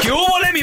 ¿Qué hubo, le, mi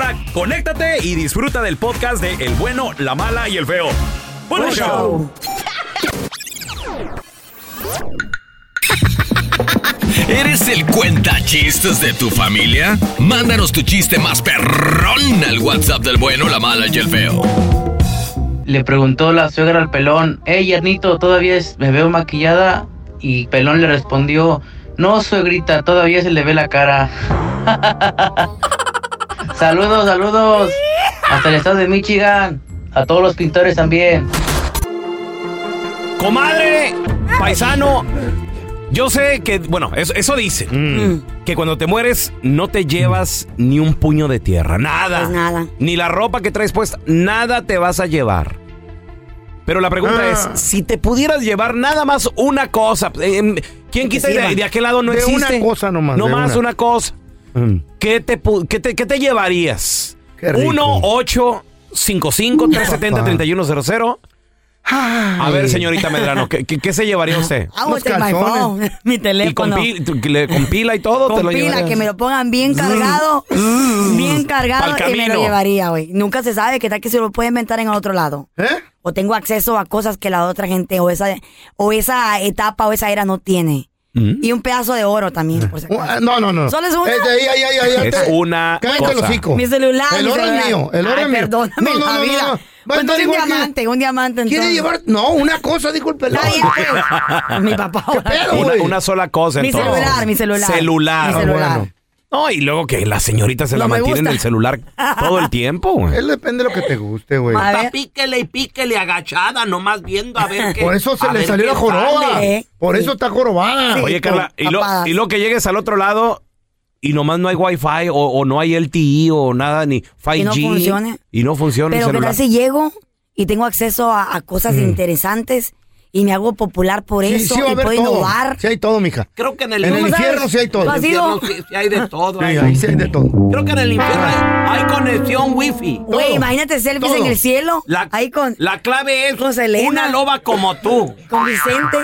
conéctate y disfruta del podcast de El bueno, la mala y el feo. Bueno, Buen show. ¿Eres el cuentachistes de tu familia? Mándanos tu chiste más perrón al WhatsApp del bueno, la mala y el feo. Le preguntó la suegra al pelón, hey Yarnito, ¿todavía es- me veo maquillada? Y pelón le respondió, no suegrita, todavía se le ve la cara. saludos, saludos. Hasta el estado de Michigan. A todos los pintores también. Comadre, paisano, yo sé que, bueno, eso, eso dicen. Que cuando te mueres no te llevas ni un puño de tierra, nada. Pues nada. Ni la ropa que traes puesta, nada te vas a llevar. Pero la pregunta Ah. es, si te pudieras llevar nada más una cosa, em, ¿quién quita y sirva. de, de aquel lado no De una existe? cosa nomás, No de más una, una. cosa. ¿Qué te, pu- qué te, qué te llevarías? Qué rico. 1 8 55 370 3100 A ver, señorita Medrano, ¿qué, qué, qué se llevaría usted? I Los will take Ah, este my calzones. phone, mi ¿Y con, teléfono. pi- tú- que le- con pila y todo? Con te lo pila, llevarías? Mm. que me lo pongan bien cargado, bien cargado Pa'l y me lo camino. llevaría, güey. Nunca se sabe qué tal que se lo puede inventar en otro lado. ¿Eh? O tengo acceso a cosas que la otra gente o esa, o esa etapa o esa era no tiene. Mm. Y un pedazo de oro también, por si acaso. Ah, No, no, no. ¿Solo es una? Eh, eh, ya, ya, ya, ya, Es te- una Cállate cosa. el hocico. Mi celular. El mi oro es celular. mío. El oro Ay, es mío. Perdóname No, no, la no, no, vida. no. Va a estar Pues entonces un igual que- diamante, un diamante. ¿Quiere entonces. llevar? No, una cosa, dijo el pelón. Está bien, pues. Mi papá. ¿Qué ahora. pedo, Una, güey? una sola cosa, Mi entonces. celular, mi celular. Celular. Mi celular. Ah, bueno. No, y luego que las señoritas se No la me mantienen gusta. del celular todo el tiempo, güey. Él depende de lo que te guste, güey. A ver. píquele y píquele agachada, nomás viendo a ver Por eso se le salió la joroba. sale. Por eso está jorobada. Sí. Ah. Oye, Carla, y lo, Tapadas. y lo que llegues al otro lado y nomás no hay wifi o, o no hay LTE o nada, ni 5G. Y no funciona. Y no funciona el Pero que celular. tal si llego y tengo acceso a, a cosas interesantes y me hago popular por Mm. Sí, eso sí va a y haber puedo todo. innovar. Pues Sí hay todo, mija. Creo que en En el ¿Cómo sabes? infierno sí hay todo. ¿Tú has ido? hay de todo. Sí, ahí sí hay de todo. Creo que en el infierno hay, conexión wifi. Güey, todo. imagínate selfies Todo. en el cielo. ahí con, la clave es con Selena. una loba como tú. con Vicente.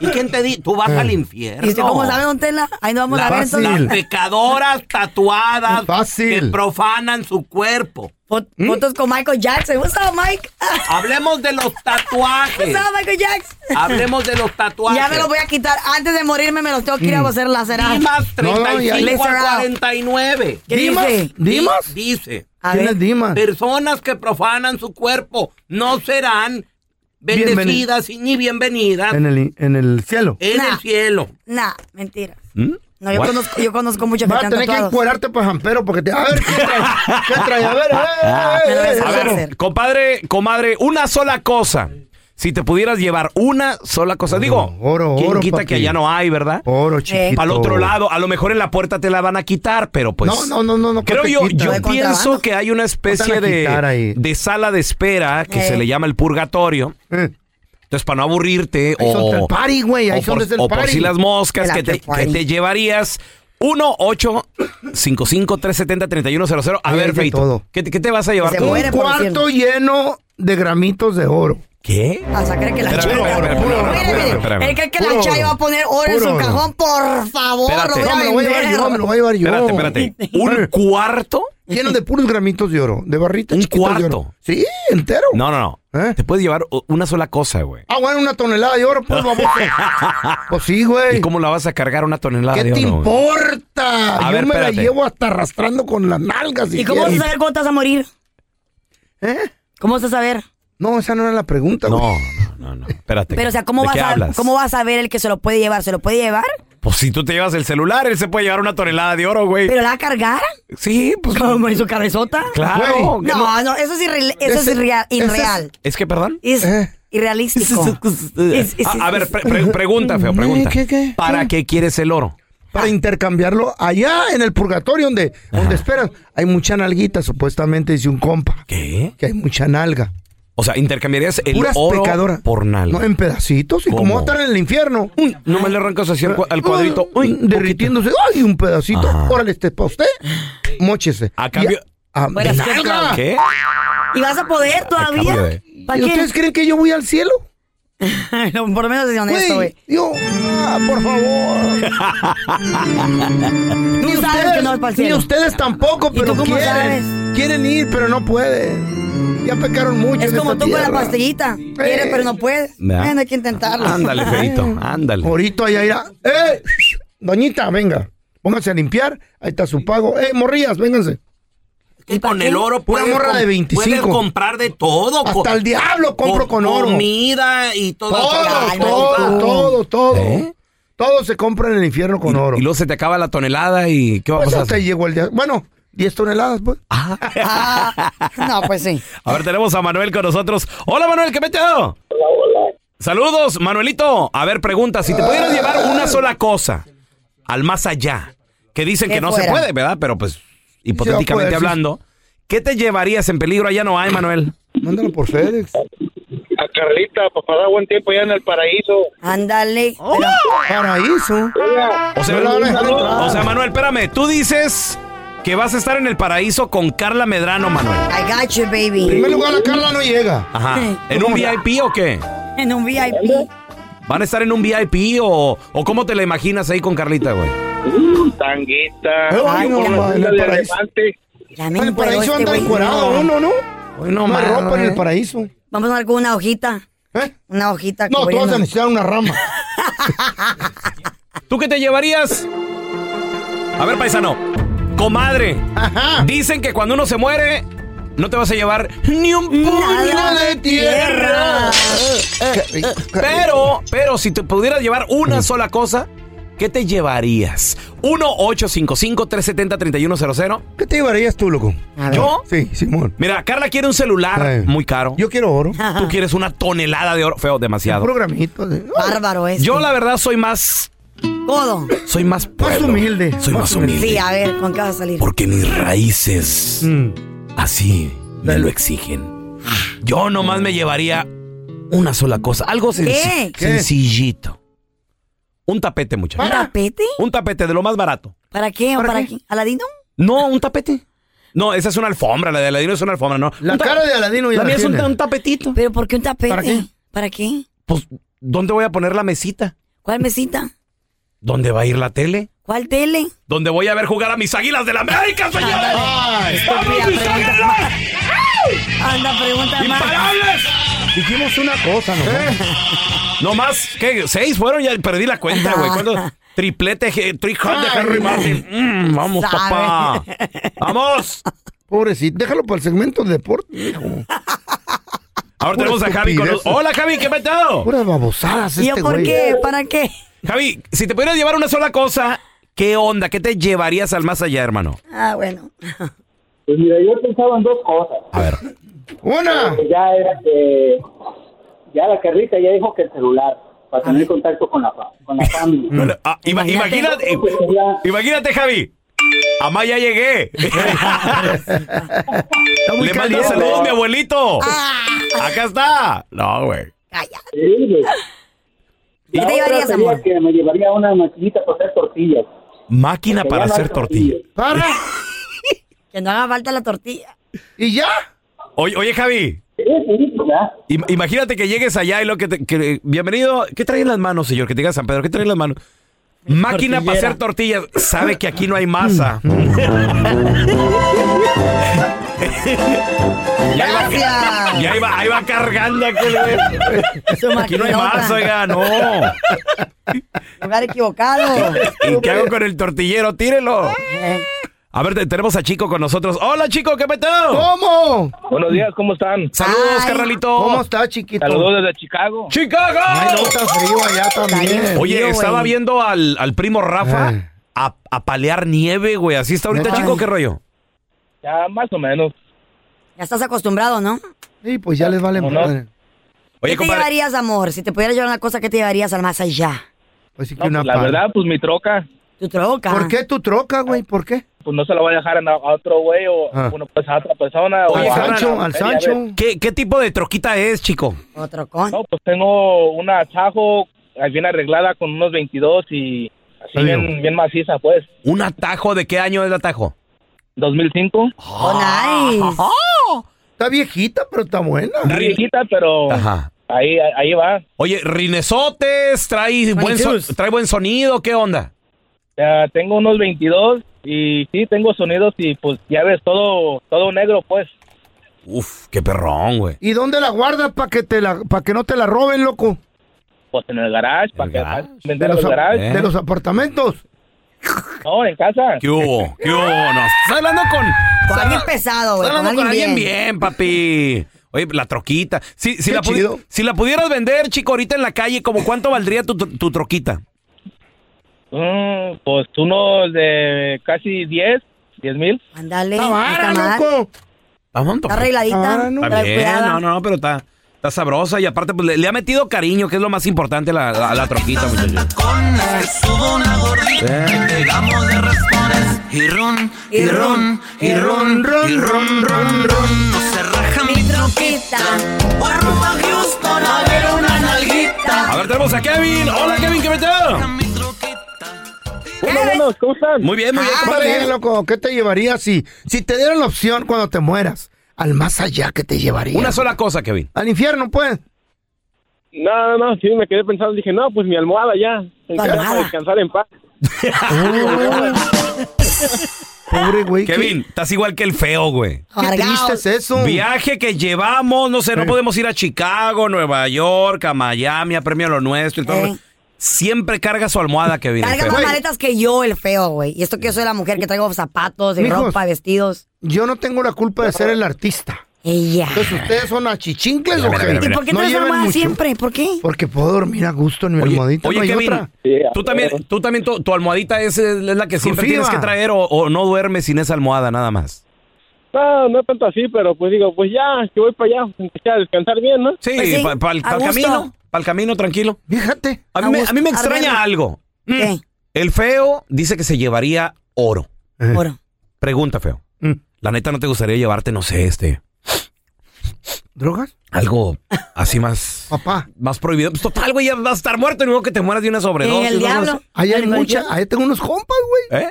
¿Y quién te dice? Tú vas Eh. al infierno. ¿Y usted cómo sabe, don Tela? Ahí nos vamos a ver Fácil. entonces. Las pecadoras tatuadas Fácil. que profanan su cuerpo. ¿Mm? Fot- Fotos con Michael Jackson. What's up, Mike? Hablemos de los What's tatuajes. up, Michael Jackson? Hablemos de los tatuajes. Ya me los voy a quitar. Antes de morirme me los tengo que ir a Mm. hacer lacerar. Dimas No, no, ya- 35 a 49. ¿Qué ¿Dimas? dice? Di- ¿Dimas? Dice, A ¿Quién ver. es Dimas? personas que profanan su cuerpo no serán Bienveni- bendecidas y ni bienvenidas En el, en el cielo. en Nah. el cielo. Nah, mentira. No, yo ¿Mm? What? conozco, yo conozco muchos que Vas a están tener que tatuados. encuerarte para jampero porque te... A ver, ¿qué trae? ¿Qué trae? A ver, Ah, eh, eh, eh, a ver, eh, compadre, comadre, una sola cosa. Si te pudieras llevar una sola cosa, digo, oro, ¿quién oro, quita papi. que allá no hay, verdad? Oro, chiquito. Al otro lado, a lo mejor en la puerta te la van a quitar, pero pues. No, no, no, no, no, Creo ¿qué te yo, quitan? yo De pienso contrabando. que hay una especie No te van a quitar de, ahí. de sala de espera que Eh. se le llama el purgatorio. Eh. Entonces, para no aburrirte Ahí son del o, party, güey, ahí o son por, desde el o por party. si las moscas El que te, after party. que te llevarías. 1 8 55 370 3100 A Ahí hay ver, de Feito, todo. ¿qué, te- qué te vas a llevar? tú? Un cuarto lleno de gramitos de oro. ¿Qué? A sacar que la Espérame, chayo. espérame, espérame, espérame, espérame, espérame. El que, que la Puro chayo va a poner oro en Puro su oro. cajón, por favor. Espérate. Lo No, me lo voy voy a a llevar vender. yo, me lo voy a llevar yo. Espérate, espérate. ¿Un cuarto? Lleno de puros gramitos de oro, de barritas ¿Un chiquitas de cuarto? oro. Sí, entero. No, no, no. ¿Eh? Te puedes llevar u- una sola cosa, güey. Ah, bueno, una tonelada de oro, pues, baboso. pues sí, güey. ¿Y cómo la vas a cargar una tonelada ¿Qué de te oro? güey? importa? A Yo ver, me espérate. la llevo hasta arrastrando con las nalgas. si ¿Y cómo vas a quieres. saber cuándo te vas a morir? ¿Eh? ¿Cómo vas a saber? No, esa no era la pregunta, güey. No, no, no, no. Espérate. Pero, o sea, ¿cómo ¿De vas, qué a, hablas? ¿cómo vas a ver el que se lo puede llevar? ¿Se lo puede llevar? Pues si tú te llevas el celular, él se puede llevar una tonelada de oro, güey. ¿Pero la va a cargar? Sí, pues ¿Como en su cabezota? claro. que no- No, no, eso es, irre- eso es Ese- irrea- ese es- irreal. Es que, perdón. Es Eh. irrealístico. Es- es- A, a es- ver, pre- pre- pregunta, feo, pregunta. ¿Qué, qué? ¿Para qué quieres el oro? Para intercambiarlo allá en el purgatorio donde, donde esperan. Hay mucha nalguita, supuestamente, dice un compa. ¿Qué? Que hay mucha nalga. O sea, intercambiarías el Puras oro pecadoras. por nalga. No, en pedacitos. ¿Y ¿Cómo? como va a estar en el infierno? Uy, no me le arrancas así al, cua- al cuadrito. Uy, Uy, derritiéndose. Ay, un pedacito. Ajá. Órale, este para usted. Móchese. A cambio- Y a- a- Fuera de su nalga. clown. ¿Qué? ¿Y vas a poder cambio todavía? de- ¿Para ¿Y qué? ustedes creen que yo voy al cielo? No, Por lo menos es honesto, Güey, güey. yo, ah, por favor. Tú sabes que no es para el ni cielo. ustedes tampoco, ¿Y tú pero cómo quieren. sabes? Quieren ir, pero no pueden. Ya pecaron mucho. Es en como esta tú con la tierra. pastillita. Quieres, pero no puedes. Nah. Bueno, hay que intentarlo. Ándale, feito, ándale. Ahorita allá irá. ¡Eh! Doñita, venga. Pónganse a limpiar. Ahí está su pago. ¡Eh, morrillas, vénganse! ¿Y pa' qué? Una puedes morra com- de 25. puedes comprar de todo. Hasta el diablo compro con oro. Comida y todo. Todo, Ay, no. todo, todo, todo. ¿Eh? Todo se compra en el infierno con oro. Y luego se te acaba la tonelada y ¿qué va a Pues pasar? hasta ahí llegó el día. Bueno, 10 toneladas, pues. Ah, no, pues sí. A ver, tenemos a Manuel con nosotros. Hola, Manuel, ¿qué metido? Hola, hola. Saludos, Manuelito. A ver, pregunta, si te pudieras llevar una sola cosa al más allá, que dicen Que que no se fuera. puede, ¿verdad? Pero pues, Se va a hipotéticamente poder, sí. hablando, ¿qué te llevarías en peligro allá no hay, Manuel? Mándalo por FedEx. A Carlita, para pasar buen tiempo ya en el paraíso. Ándale. Paraíso. O sea, No la van a dejar entrar. o sea, Manuel, espérame, tú dices que vas a estar en el paraíso con Carla Medrano, Manuel. I got you, En baby. primer lugar, la Carla no llega. Ajá. ¿En un VIP o qué? En un VIP. ¿Van a estar en un VIP o, o cómo te la imaginas ahí con Carlita, güey? Tanguita. Uh, Ay, Ay, no, como en el la de paraíso. elefante. Ya En me el encueró paraíso este anda güey. encuerado uno, ¿no? Hoy no No hay más, ropa en güey. el paraíso. Vamos a andar con una hojita. ¿Eh? Una hojita. No, tú vas a cubriendo. necesitar una rama. ¿Tú qué te llevarías? A ver, paisano. Comadre. Ajá. Dicen que cuando uno se muere, no te vas a llevar ni un puño Nada de tierra. Pero, pero si te pudieras llevar una sola cosa, ¿qué te llevarías? 1-855-370-3100. ¿Qué te llevarías tú, loco? A ver. ¿Yo? Sí, Simón. Mira, Carla quiere un celular Ay. muy caro. Yo quiero oro. Tú quieres una tonelada de oro. Feo, Un demasiado. programito. de- Bárbaro es. Yo, la verdad, soy más. Codo. Soy más. pueblo. humilde. Soy Más más humilde. humilde. Sí, a ver, ¿con qué vas a salir? Porque mis raíces Mm. así me lo exigen. Yo nomás me llevaría una sola cosa, algo senci- ¿Qué? sencillito. Un tapete, ¿Un muchachos. tapete? Un tapete de lo más barato. ¿Para qué? ¿O ¿Para para qué? qué? ¿Aladino? No, un tapete. No, esa es una alfombra, la de Aladino es una alfombra, no. La Un ta- cara de Aladino ya La la mía es un, tiene. un tapetito. ¿Pero por qué un tapete? ¿Para qué? ¿Para qué? Pues, ¿dónde voy a poner la mesita? ¿Cuál mesita? ¿Dónde va a ir la tele? ¿Cuál tele? ¿Dónde voy a ver jugar a mis águilas de la América, señores? ¡Vamos, Estúpida mis pregunta. águilas! Anda, pregunta más. ¡Imparables! Dijimos una cosa, ¿no? Eh. No más, ¿qué? ¿Seis fueron? Ya perdí la cuenta, güey. ¿Cuántos? Triplete, je- trijón de Henry Martin. Mm, vamos, Sabe. papá. ¡Vamos! Pobrecito, déjalo para el segmento de deporte, hijo. Ahora tenemos a Javi con nosotros. ¡Hola, Javi! ¿Qué metido? Puras babosadas ¿Y yo este por güey. qué? ¿Para qué? Javi, si te pudieras llevar una sola cosa, ¿Qué onda? ¿Qué te llevarías al más allá, hermano? Ah, bueno. Pues mira, yo pensaba en dos cosas. A ver. Una. Ya era que. Ya la carrita ya dijo que el celular. Para tener contacto con la, fa- con la familia. No le- ah, ima- imagínate, im- imagínate, Javi. Amá, ya llegué. muy Le mando caliente. saludos a mi abuelito. Ah. Acá está. No, güey. Sí, güey. ¿Qué La te otra llevarías, sería amor? que me llevaría una maquinita para hacer tortillas. Máquina Que para ya no hacer hay tortillas. Que no haga falta la tortilla. ¿Y ya? Oye, oye, Javi. im- imagínate que llegues allá y lo que, te- que- Bienvenido. ¿Qué traen las manos, señor? Que te diga San Pedro. ¿Qué traen las manos? Máquina para hacer tortillas. Sabe que aquí no hay masa. Mm. Ya iba, Gracias. ya iba- ahí va cargando aquel güey. Aquí no hay más, oiga, no. Lugar equivocado. ¿Y qué hago con el tortillero? Tírelo. A ver, te- tenemos a Chico con nosotros. Hola, Chico, ¿qué meteo? ¿Cómo? Buenos días, ¿cómo están? Saludos, carnalito. ¿Cómo estás, chiquito? Saludos desde Chicago. ¡Chicago! Ay, no está frío allá también. Eh. Oye, Tío, estaba güey. viendo al, al primo Rafa a, a palear nieve, güey. Así está ahorita, Neta. Chico, ¿qué rollo? Ya, más o menos. Ya estás acostumbrado, ¿no? Sí, pues ya les vale ¿Cómo no? madre. Oye, ¿Qué te compadre. llevarías, amor? Si te pudieras llevar una cosa, ¿qué te llevarías al más allá? Pues sí que una No, pues, la par- verdad, pues mi troca, Tu troca. ¿Por qué tu troca, güey? ¿Por qué? pues no se la voy a dejar a, a otro güey o Ah. bueno, pues, a otra persona. Al Oye, o a- carnal, Sancho, al a- a- Sancho. ¿Qué, qué tipo de troquita es, Chico? Otro con. No, pues tengo una atajo ahí eh, bien arreglada con unos 22 y así Adiós. bien, bien maciza, pues. ¿Un atajo? ¿De qué año es el atajo? 2005. Oh, nice. Ah, Está viejita, pero está buena. Está viejita, pero Ajá. ahí, ahí va. Oye, rinesotes, trae buen, so- trae buen sonido, ¿qué onda? Ya tengo unos 22 y sí, tengo sonidos y pues ya ves, todo, todo negro, pues. Uf, qué perrón, güey. ¿Y dónde la guardas para que te la, para que no te la roben, loco? Pues en el garage, para que garage? De vender los, los a- garage. ¿Eh? de los apartamentos. No, en casa. ¿Qué hubo? ¿Qué hubo? No, estás hablando con... Con estás alguien habla- pesado, güey. estás Con hablando alguien con bien. alguien bien, papi. Oye, la troquita. Si, si, Qué la pudi- chido. si la pudieras vender, chico, ahorita en la calle, ¿como cuánto valdría tu, tu, tu troquita? Mm, pues unos de casi 10, 10 mil. Ándale. ¡Está no vara, está mal. loco! Vamos, Está arregladita. Ah, no. Está trae bien, no, cuidado. no, pero está, está sabrosa y aparte pues, le, le ha metido cariño, que es lo más importante a la, a la troquita, muchachos. Y ron, Y ron, ron, ron, ron, ron. mi troquita. A ver, tenemos a Kevin. Hola, Kevin, ¿qué meteo? Bueno, buenos, ¿cómo están? Muy bien, muy bien, Está compadre. bien, Ah, loco. ¿Qué te llevarías si, si te dieran la opción cuando te mueras? Al más allá, ¿qué te llevarías? Una sola cosa, Kevin. Al infierno, pues. No, no, no, sí, me quedé pensando, dije, no, pues mi almohada ya. En casa almohada. para descansar en paz. Pobre güey. qué- Kevin, estás igual que el feo, güey. ¿Qué, triste es eso? Viaje que llevamos, no sé, no Eh. podemos ir a Chicago, Nueva York, a Miami, a Premio Lo Nuestro y todo. Eh. Siempre carga su almohada, Kevin. el Carga feo. más Güey. maletas que yo, el feo, güey. Y esto que yo soy la mujer que traigo zapatos, y Mijos. ropa, vestidos. Yo no tengo la culpa de ser el artista. Ella. Entonces, ¿ustedes son achichincles Mira, o mira, qué? mira, mira. ¿Y por qué traes lleven almohada mucho. siempre? ¿Por qué? Porque puedo dormir a gusto en mi Oye, almohadita. oye, no hay Kevin, otra. Sí, a tú también, huevo. tú también, tu, tu almohadita es eh, la que Exclusiva. siempre tienes que traer o, o no duermes sin esa almohada, nada más. No, no tanto así, pero pues digo, pues ya, que voy para allá, aunque sea a descansar bien, ¿no? Sí, Pues sí, para el a gusto. camino, para el camino, tranquilo. Fíjate. A mí, A me, gusto. a mí me A ver, extraña ven. algo. Mm. ¿Qué? El feo dice que se llevaría oro. Eh. Oro. Pregunta, feo. Mm. La neta, ¿no te gustaría llevarte, no sé, este, ¿Drogas? algo así más, Papá. más prohibido? Pues total, güey, ya vas a estar muerto, ni modo que te mueras de una sobredosis. El ¿no? diablo. Ahí hay Ay, güey, mucha. Ahí tengo unos compas, güey. ¿Eh?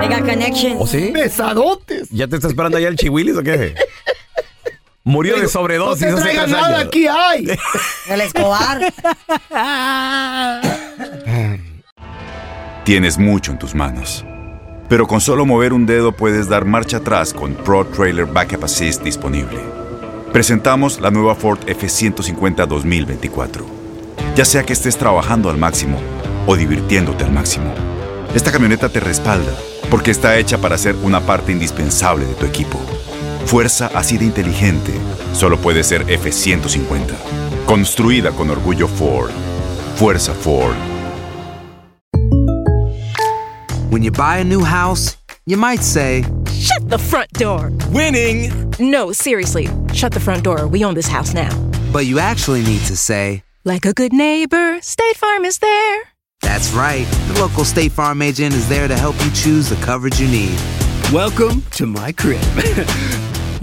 Mega Oh, Connection. ¿O sí? Pesadotes. ¿Ya te está esperando allá el chihuilis o qué? Murió de No sobredosis te hace traigan tres nada años. aquí, ay. El Escobar. Tienes mucho en tus manos. Pero con solo mover un dedo puedes dar marcha atrás con Pro Trailer Backup Assist disponible. Presentamos la nueva Ford F150 2024. Ya sea que estés trabajando al máximo o divirtiéndote al máximo, esta camioneta te respalda porque está hecha para ser una parte indispensable de tu equipo. Fuerza así de inteligente solo puede ser F150. Construida con orgullo Ford. Fuerza Ford. When you buy a new house, you might say, Shut the front door. Winning. No, seriously. Shut the front door. We own this house now. but you actually need to say, Like a good neighbor, State Farm is there. That's right. The local State Farm agent is there to help you choose the coverage you need. Welcome to my crib.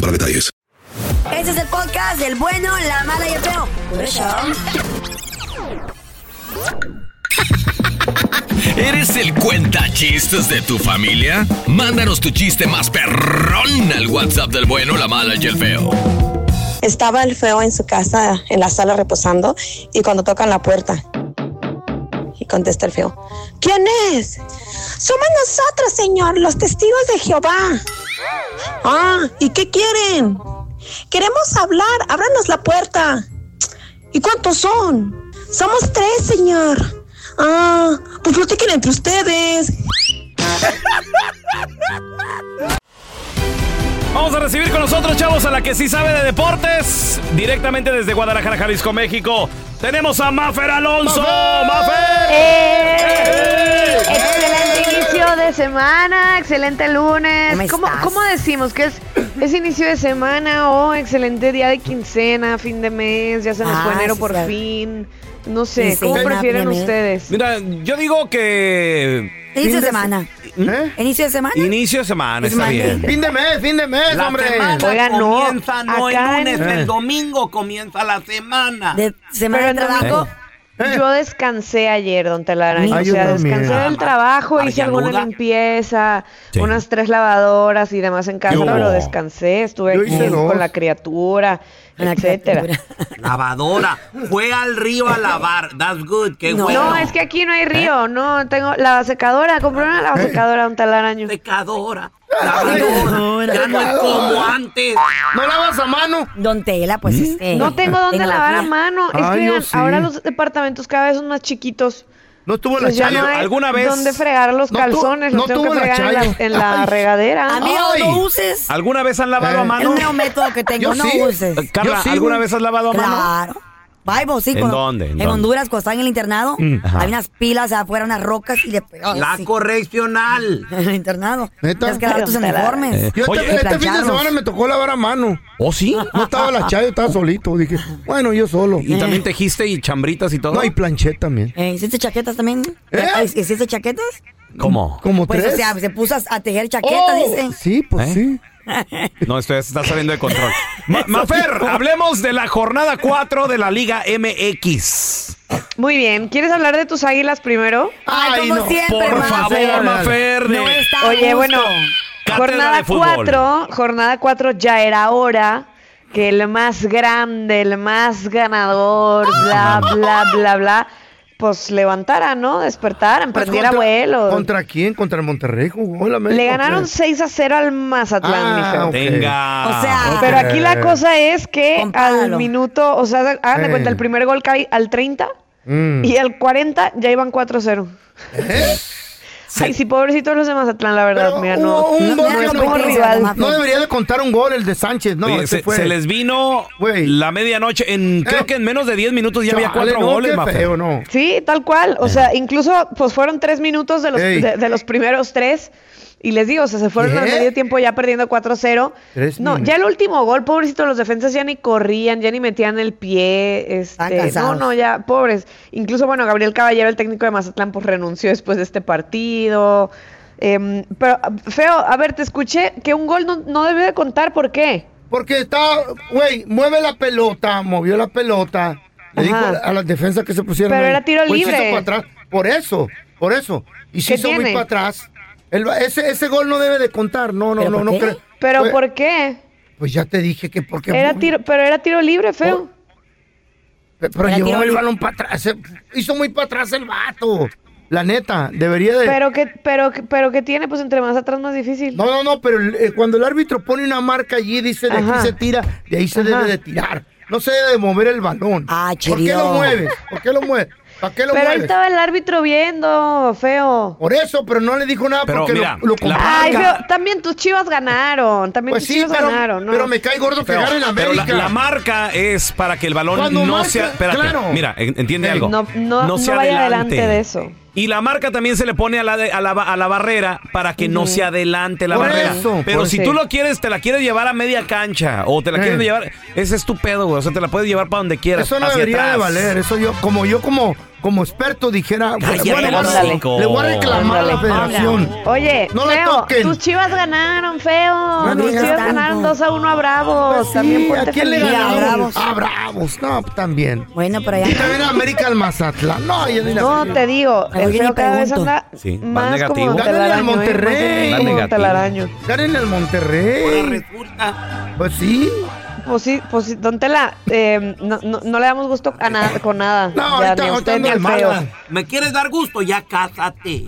para detalles. Este es el podcast del bueno, la mala y el feo. Por eso. ¿Eres el cuenta chistes de tu familia? Mándanos tu chiste más perrón al WhatsApp del bueno, la mala y el feo. Estaba el feo en su casa, en la sala reposando, y cuando tocan la puerta. Y contesta el feo, ¿quién es? Somos nosotros, señor, los testigos de Jehová. Ah, ¿y qué quieren? Queremos hablar, ábranos la puerta. ¿Y cuántos son? Somos tres, señor. Ah, pues platiquen entre ustedes. Vamos a recibir con nosotros, chavos, a la que sí sabe de deportes. Directamente desde Guadalajara, Jalisco, México. Tenemos a Mafer Alonso. ¡Mafer! ¡Eh! Excelente inicio de semana, excelente lunes. ¿Cómo, cómo decimos que es, es inicio de semana o excelente día de quincena, fin de mes, ya se nos fue Ah, enero sí, por sí. fin? No sé, Quincena, ¿cómo prefieren fin de mes. ustedes? Mira, yo digo que. ¿Mm? Inicio de semana. Inicio de semana. Inicio de semana, está bien. Fin de mes, fin de mes, La hombre. semana Oiga, no, comienza, no el acá lunes, en- el domingo comienza la semana. De semana de trabajo. Yo descansé ayer, don Telaraño. Ah, o yo sea, también. descansé del trabajo, hice alguna Arganuda. limpieza, unas tres lavadoras y demás en casa, Yo- pero descansé, estuve Yo aquí hice dos. con la criatura, etcétera. Lavadora. Fue al río a lavar. That's good. Qué No, bueno. es que aquí no ¿Eh? hay río, no, tengo la secadora, compré una la secadora, don Telaraño. Secadora. Ya no es como antes. ¿No lavas a mano? Don Tela, pues este. No tengo dónde lavar a mano. Es Ah, que yo vean, sí. ahora los departamentos cada vez son más chiquitos. Pues No tuvo la ya Chayo. no hay ¿Alguna vez? dónde fregar los No tu- calzones, los no tengo que tuvo la fregar en Chayo. la, en la Ay. regadera. Amigo, no uses. ¿Alguna vez han lavado Eh. a mano? Es el nuevo método que tengo, Yo no sí. uses. Eh, Carla, Yo sí, ¿alguna güey. vez has lavado a mano? Claro. Ay, vos sí, ¿En con- dónde? ¿En En, dónde? Honduras, cuando estaba en el internado, Mm, ajá. hay unas pilas afuera, unas rocas y le pegaba La así. correccional. En el internado. Tienes que lavar tus uniformes. Eh, Yo Oye, este, este fin de plancharlos. semana me tocó lavar a mano. ¿Oh, sí? No estaba la Chayo, estaba solito. Dije, bueno, yo solo. Y también tejiste y chambritas y todo. Eh. No, y planché también. Eh, ¿Hiciste chaquetas también? ¿Eh? Ay, ¿Hiciste chaquetas? ¿Cómo? Como Pues, tres. o sea, se puso a, a tejer chaquetas, Oh. dice. Sí, pues sí. ¿Eh? No, esto ya se está saliendo de control. Ma- Mafer, hablemos de la jornada 4 de la Liga MX. Muy bien, ¿quieres hablar de tus águilas primero? Ay, como no. siempre, Por Mafer. favor, Mafer, de- No está Oye, justo. bueno, Cátedra de jornada fútbol. 4, jornada 4 ya era hora que el más grande, el más ganador, Ah, bla, bla, bla, bla, pues levantara, ¿no? Despertaran, prendiera Pues Contra- vuelo. ¿Contra quién? Contra el Monterrey. jugó la América, Le ganaron pues. 6 a 0 al Mazatlán, mi Ah, feo. ok. Venga. O sea, pero aquí la cosa es que al minuto, o sea, hagan de Eh. cuenta, el primer gol cae al 30 Mm. ¿Eh? y al 40 ya iban 4-0. Ay, sí, pobrecitos los de Mazatlán, la verdad. mira, no. Hubo un no, gol no, que como no- rival. No debería de contar un gol el de Sánchez, no. ese Oye, eh, se, fue. Eh. se les vino la medianoche. En, creo que en menos de 10 minutos ya había Chale, cuatro no, goles, qué Mafer. feo, no. Sí, tal cual. O sea, incluso pues fueron tres minutos de los, Ey. de, de los primeros tres. Y les digo, o sea, se fueron al ¿Qué? medio tiempo ya perdiendo 4-0. Tres No, minutos. ya el último gol, pobrecito, los defensas ya ni corrían, ya ni metían el pie. Este, no, cansados. no, ya, pobres. Incluso, bueno, Gabriel Caballero, el técnico de Mazatlán, pues renunció después de este partido. Em, pero, Feo, a ver, te escuché que un gol no, no debe de contar, ¿por qué? Porque está, güey, mueve la pelota, movió la pelota. Le dijo Ajá. a las defensas que se pusieron. Pero ahí. era tiro Güey, se hizo libre. para atrás. Por eso, por eso. Y se ¿Qué hizo muy tiene? para atrás. El- ese, ese gol no debe de contar. No, no, ¿Pero no, por no qué? creo. ¿Pero Güey, por qué? Pues ya te dije que porque... Era tiro, pero era tiro libre, feo. Pero Era llevó tiro el libre. balón para atrás. se hizo muy para atrás el vato. La neta, debería de... Pero que, pero que, pero que tiene, pues entre más atrás más difícil. No, no, no, pero eh, cuando el árbitro pone una marca allí, dice de Ajá. aquí se tira, de ahí se Ajá. debe de tirar. No se debe de mover el balón. ¿Por qué chirido. lo mueves? ¿Por qué lo mueves? ¿Para qué lo Pero ahí mueves? estaba el árbitro viendo, feo. Por eso, pero no le dijo nada Pero porque lo- mira, lo, la- compró. Ay, feo, también tus chivas ganaron. También Pues tus sí, chivas pero- ganaron. ¿no? pero me cae gordo que Pero- gane la pero América. la marca es para que el balón Cuando no marca, sea. Espérate, claro. mira, en- entiende Eh, algo. no- no- no se vaya adelante. adelante de eso. Y la marca también se le pone a la, de- a la, ba- a la barrera para que no se adelante la Por barrera. eso, Pero por si eso. tú lo quieres, te la quieres llevar a media cancha o te la Eh. quieres llevar. Ese es tu pedo, güey. O sea, te la puedes llevar para donde quieras. Eso no hacia debería atrás. de valer. Eso yo, como yo como, como experto dijera, Cállate bueno, el le voy a- hocico. le voy a reclamar a la Ándale. federación. Oye, No la feo, toquen. tus chivas ganaron, feo. Bueno, tus ya chivas tanto. ganaron 2 a 1 a Bravos. Pues sí, también ¿a ponte quién le feliz. ganaron? Bravos. A Bravos, no, también. Bueno, pero ya. Y también a América al Mazatlán. No, ya ni la No, te digo, Ay, el yo feo ni cada vez pregunto. anda Sí, vas más negativo. como Gánale Gánenle al telaraño, ¿eh? Monterrey. Más como telaraño. Gánenle al Monterrey. Pues sí. Pues sí, pues sí, don Tela, eh, no, no, no le damos gusto a nada, con nada. No, ya, ahorita- ni a ahorita usted ni ando al al feo. mala. ¿Me quieres dar gusto? Ya cásate.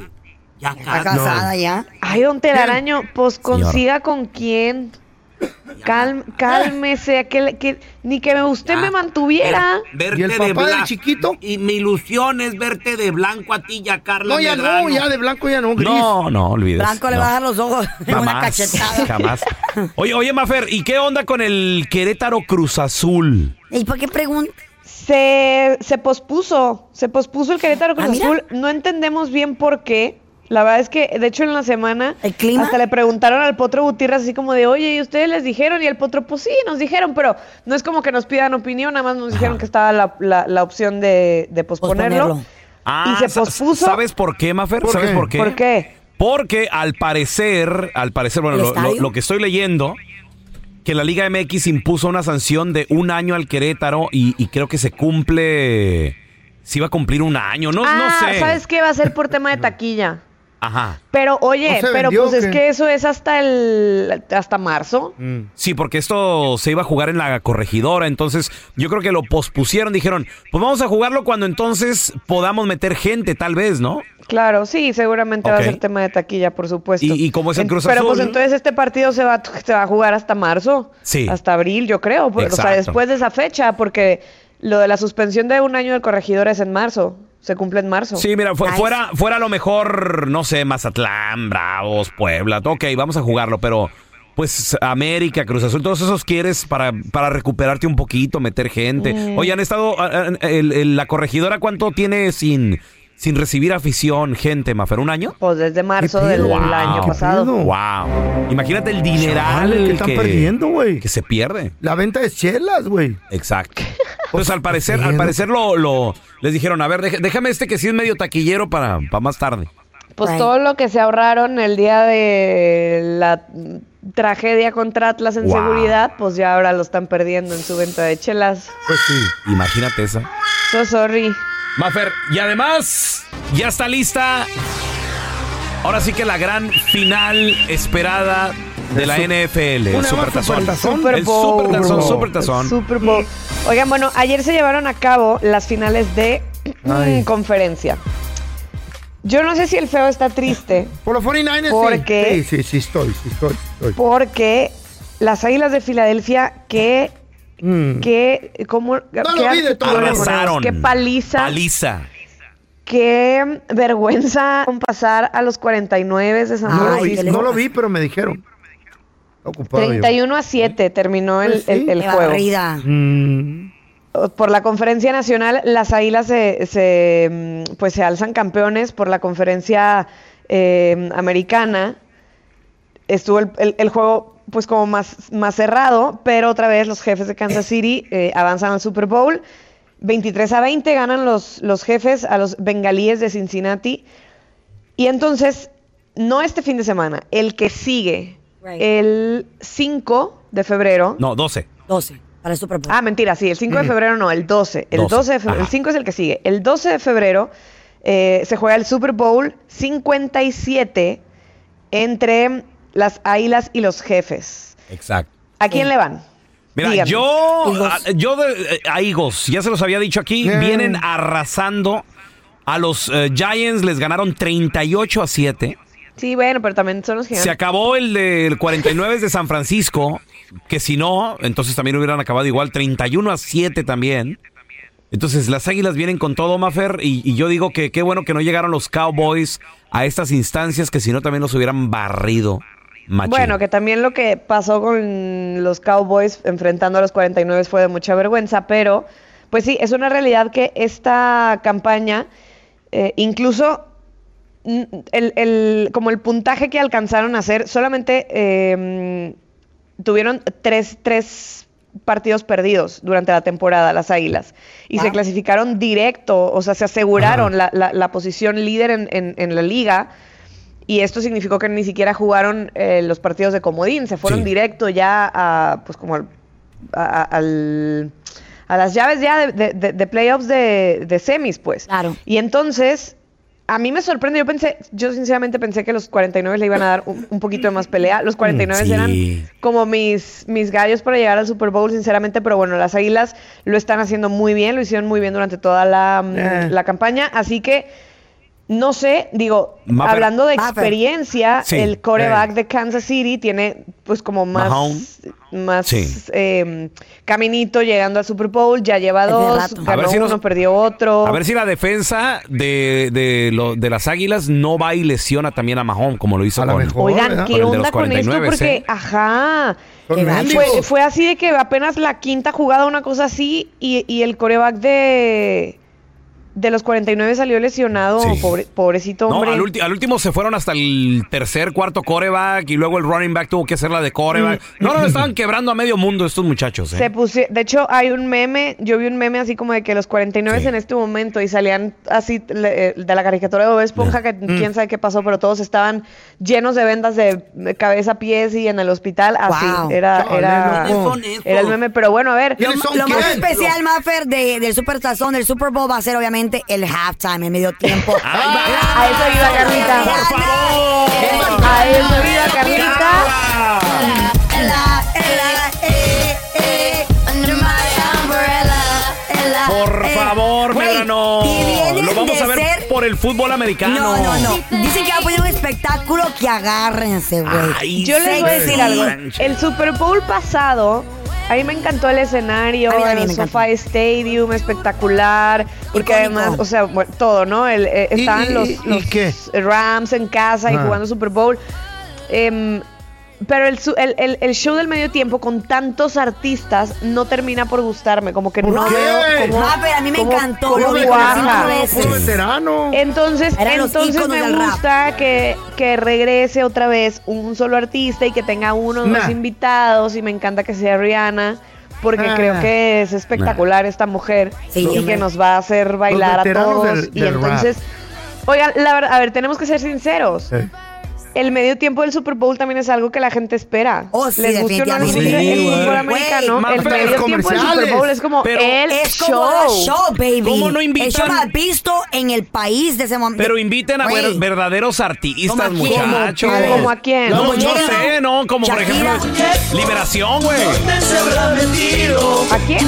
Ya cásate. casada ya. Ay, don Telaraño, pues Señora. consiga con quién. Calm- cálmese, a que, le- que- ni que me- usted Ah, me mantuviera. Verte de blanco. chiquito? Y mi ilusión es verte de blanco a ti ya, Carla. No, ya Medrano. no, ya de blanco ya no, gris. No, no, olvides. no. bajar los ojos. Jamás, jamás. Oye, oye, Mafer, ¿y qué onda con el Querétaro Cruz Azul? ¿Y por qué pregunta? Se, se pospuso, se pospuso el Querétaro Ah, Cruz Azul. No entendemos bien por qué. La verdad es que, de hecho, en la semana hasta le preguntaron al Potro Gutiérrez así como de, oye, ¿y ustedes les dijeron? Y el Potro, pues sí, nos dijeron, pero no es como que nos pidan opinión, nada más nos dijeron que estaba la, la- la opción de, de posponerlo. Ah, y se sa- pospuso. ¿Sabes por qué, Mafer? ¿Por ¿Sabes qué? por qué? ¿Por qué? Porque al parecer, al parecer, bueno, ¿El lo, lo- estadio? lo que estoy leyendo, que la Liga MX impuso una sanción de un año al Querétaro y, y creo que se cumple, se iba a cumplir un año, pues, no, ah, no sé. ¿sabes qué? Va a ser por tema de taquilla. Ajá. Pero oye, ¿No se pero vendió pues o es qué? que eso es hasta el hasta marzo. Sí, porque esto se iba a jugar en la corregidora, entonces yo creo que lo pospusieron, dijeron, pues vamos a jugarlo cuando entonces podamos meter gente, tal vez, ¿no? Claro, sí, seguramente va Ok. a ser tema de taquilla, por supuesto. Y, y como es el En- Cruz Pero pues Azul, entonces este partido se va, se va a jugar hasta marzo. Sí. Hasta abril, yo creo. por- O sea, Exacto. después de esa fecha, porque lo de la suspensión de un año del corregidor es en marzo. Se cumple en marzo. Sí, mira, fu- fuera, fuera a lo mejor, no sé, Mazatlán, Bravos, Puebla. Ok, vamos a jugarlo, pero pues América, Cruz Azul, todos esos quieres para, para recuperarte un poquito, meter gente. Mm. Oye, han estado, ah, ah, el- el- la corregidora, ¿cuánto tiene sin, sin recibir afición, gente, Mafer? ¿Un año? Pues desde marzo ¿Qué del pedo? Wow. año ¿Qué pasado. pedo? Wow. Imagínate el dineral Chavales, ¿qué que están perdiendo, Que se pierde. La venta de chelas, güey. Exacto. Pues al parecer, al parecer lo, lo les dijeron, a ver, deja- déjame este que sí es medio taquillero para, para más tarde. Pues todo lo que se ahorraron el día de la mm, tragedia contra Atlas en Wow. seguridad, pues ya ahora lo están perdiendo en su venta de chelas. Pues sí. Imagínate esa. So sorry. Mafer, y además, ya está lista. Ahora sí que la gran final esperada de la NFL, el Una más Supertazón. supertazón. El Supertazón, Bowl. Supertazón. Super Bowl. Oigan, bueno, ayer se llevaron a cabo las finales de mm, Ay. conferencia. Yo no sé si el feo está triste. Por los 49ers, Porque, Sí, sí, sí, estoy, sí, estoy, sí estoy. porque las águilas de Filadelfia que. Que, ¿cómo, qué Mm. vi de adjetivo todo. le ponemos? Arrasaron. Qué paliza, Paliza. qué vergüenza con pasar a los 49 de San No, lo vi, Francisco. no lo vi, pero me dijeron. Está ocupado yo. 31 a 7 terminó el, Pues sí. el- el Qué juego. barrida. Por la conferencia nacional, las águilas se, se, mm, pues se alzan campeones por la conferencia eh, americana. Estuvo el, el- el juego pues como más, más cerrado, pero otra vez los jefes de Kansas City eh, avanzan al Super Bowl. 23 a 20 ganan los, los jefes a los bengalíes de Cincinnati. Y entonces, no este fin de semana, el que sigue, el 5 de febrero. No, 12. 12, para el Super Bowl. Ah, mentira, sí, el 5 de Mm. febrero no, el 12. El 12, 12 de febrero, el 5 es el que sigue. El 12 de febrero eh, se juega el Super Bowl 57 entre las Águilas y los Jefes. Exacto. ¿A quién le van? Mira, Dígame. yo, a, yo de- eh, a Eagles, ya se los había dicho aquí, vienen arrasando a los eh, Giants, les ganaron 38 a 7. Sí, bueno, pero también son los gigantes. Se acabó el del 49 de San Francisco, que si no, entonces también hubieran acabado igual, 31 a 7 también. Entonces las águilas vienen con todo, Mafer, y, y yo digo que qué bueno que no llegaron los Cowboys a estas instancias, que si no también los hubieran barrido. machín. Bueno, que también lo que pasó con los Cowboys enfrentando a los 49 fue de mucha vergüenza, pero pues sí, es una realidad que esta campaña, eh, incluso mm, el, el- como el puntaje que alcanzaron a hacer, solamente eh, mm, tuvieron tres, tres partidos perdidos durante la temporada, las Águilas, y se clasificaron directo, o sea, se aseguraron la, la- la posición líder en- en- en la liga. Y esto significó que ni siquiera jugaron eh, los partidos de comodín, se fueron directo ya a, pues como al- a, a- al- a las llaves ya de, de- de- de playoffs de, de semis, pues. Claro. Y entonces, a mí me sorprende, yo pensé, yo sinceramente pensé que los 49 le iban a dar un, un poquito de más pelea. Los Mm, 49 Sí. eran como mis, mis gallos para llegar al Super Bowl, sinceramente, pero bueno, las Águilas lo están haciendo muy bien, lo hicieron muy bien durante toda la, mm, Eh. la campaña, así que... No sé, digo, Maffer. hablando de Maffer. experiencia, Sí. Eh. el coreback de Kansas City tiene pues como más, Mahomes. más Sí. eh, caminito llegando al Super Bowl, ya lleva de dos, rato. A ganó ver si uno, nos- perdió otro. A ver si la defensa de, de, lo- de las águilas no va y lesiona también a Mahomes, como lo hizo con, Oigan, con ¿qué el de onda los con esto? 49, Porque, ¿eh? ajá, Son qué gacho. mendigos. fue, fue así de que apenas la quinta jugada, una cosa así, y, y el coreback de, de los 49 salió lesionado, pobre- pobrecito No, hombre. al, ulti- al último se fueron hasta el tercer, cuarto coreback y luego el running back tuvo que hacer la de coreback. Mm. No, no, estaban quebrando a medio mundo estos muchachos. ¿eh? Se pusi- de hecho, hay un meme, yo vi un meme así como de que los 49 en este momento y salían así le- eh, de la caricatura de Bob Esponja, que Mm. quién sabe qué pasó, pero todos estaban llenos de vendas de de cabeza a pies y en el hospital, así. Wow. Era, Chale, era, loco. ¿Quiénes son esos? era el meme, pero bueno, a ver. Lo, lo más especial, Maffer, de- del Super Tazón, del Super Bowl, va a ser obviamente el halftime, el medio tiempo. Ah, A eso iba Carlita. Por favor. A eso iba Carlita. Por favor, Eh, güey, Medrano. y vienen Lo vamos de a ver ser- por el fútbol americano. No, no, no. Dicen que va a poner un espectáculo que agárrense, güey. Yo les voy a decir Sexy. algo. El Super Bowl pasado, a mí me encantó el escenario, A mí también el me SoFi Stadium, espectacular, porque además, o sea, bueno, todo, ¿no? El, eh, ¿Y- estaban y- los, y- y los qué? Rams en casa y Ah. jugando Super Bowl. Em, pero el, su- el- el- el show del medio tiempo con tantos artistas no termina por gustarme, como que ¿Por no qué? veo cómo- Ah, pero a mí me cómo- encantó, cómo lo vi cuaja. como cinco veces. Puro veterano. Entonces, Eran los entonces íconos me del rap. gusta que, que regrese otra vez un solo artista y que tenga uno o Nah. dos invitados y me encanta que sea Rihanna porque Ah. creo que es espectacular esta mujer Sí. y que nos va a hacer bailar a veteranos todos del- y del rap. entonces oigan, la verdad, a ver, tenemos que ser sinceros. Eh. El medio tiempo del Super Bowl también es algo que la gente espera. Oh, sí, Les guste o no les definitivamente. guste el Sí, fútbol güey. americano, Güey, el Mafer, medio los tiempo del Super comerciales. Bowl es como Pero- el es show. como el show, baby. ¿Cómo no El show invitan? más visto en el país de ese momento. Pero inviten a ver- Güey. verdaderos ¿Cómo a artistas, quién? muchachos. ¿Cómo a quién? ¿Cómo a quién? No, ¿Cómo yo llega? sé, ¿no? Como por ejemplo, Liberación, güey. ¿A quién?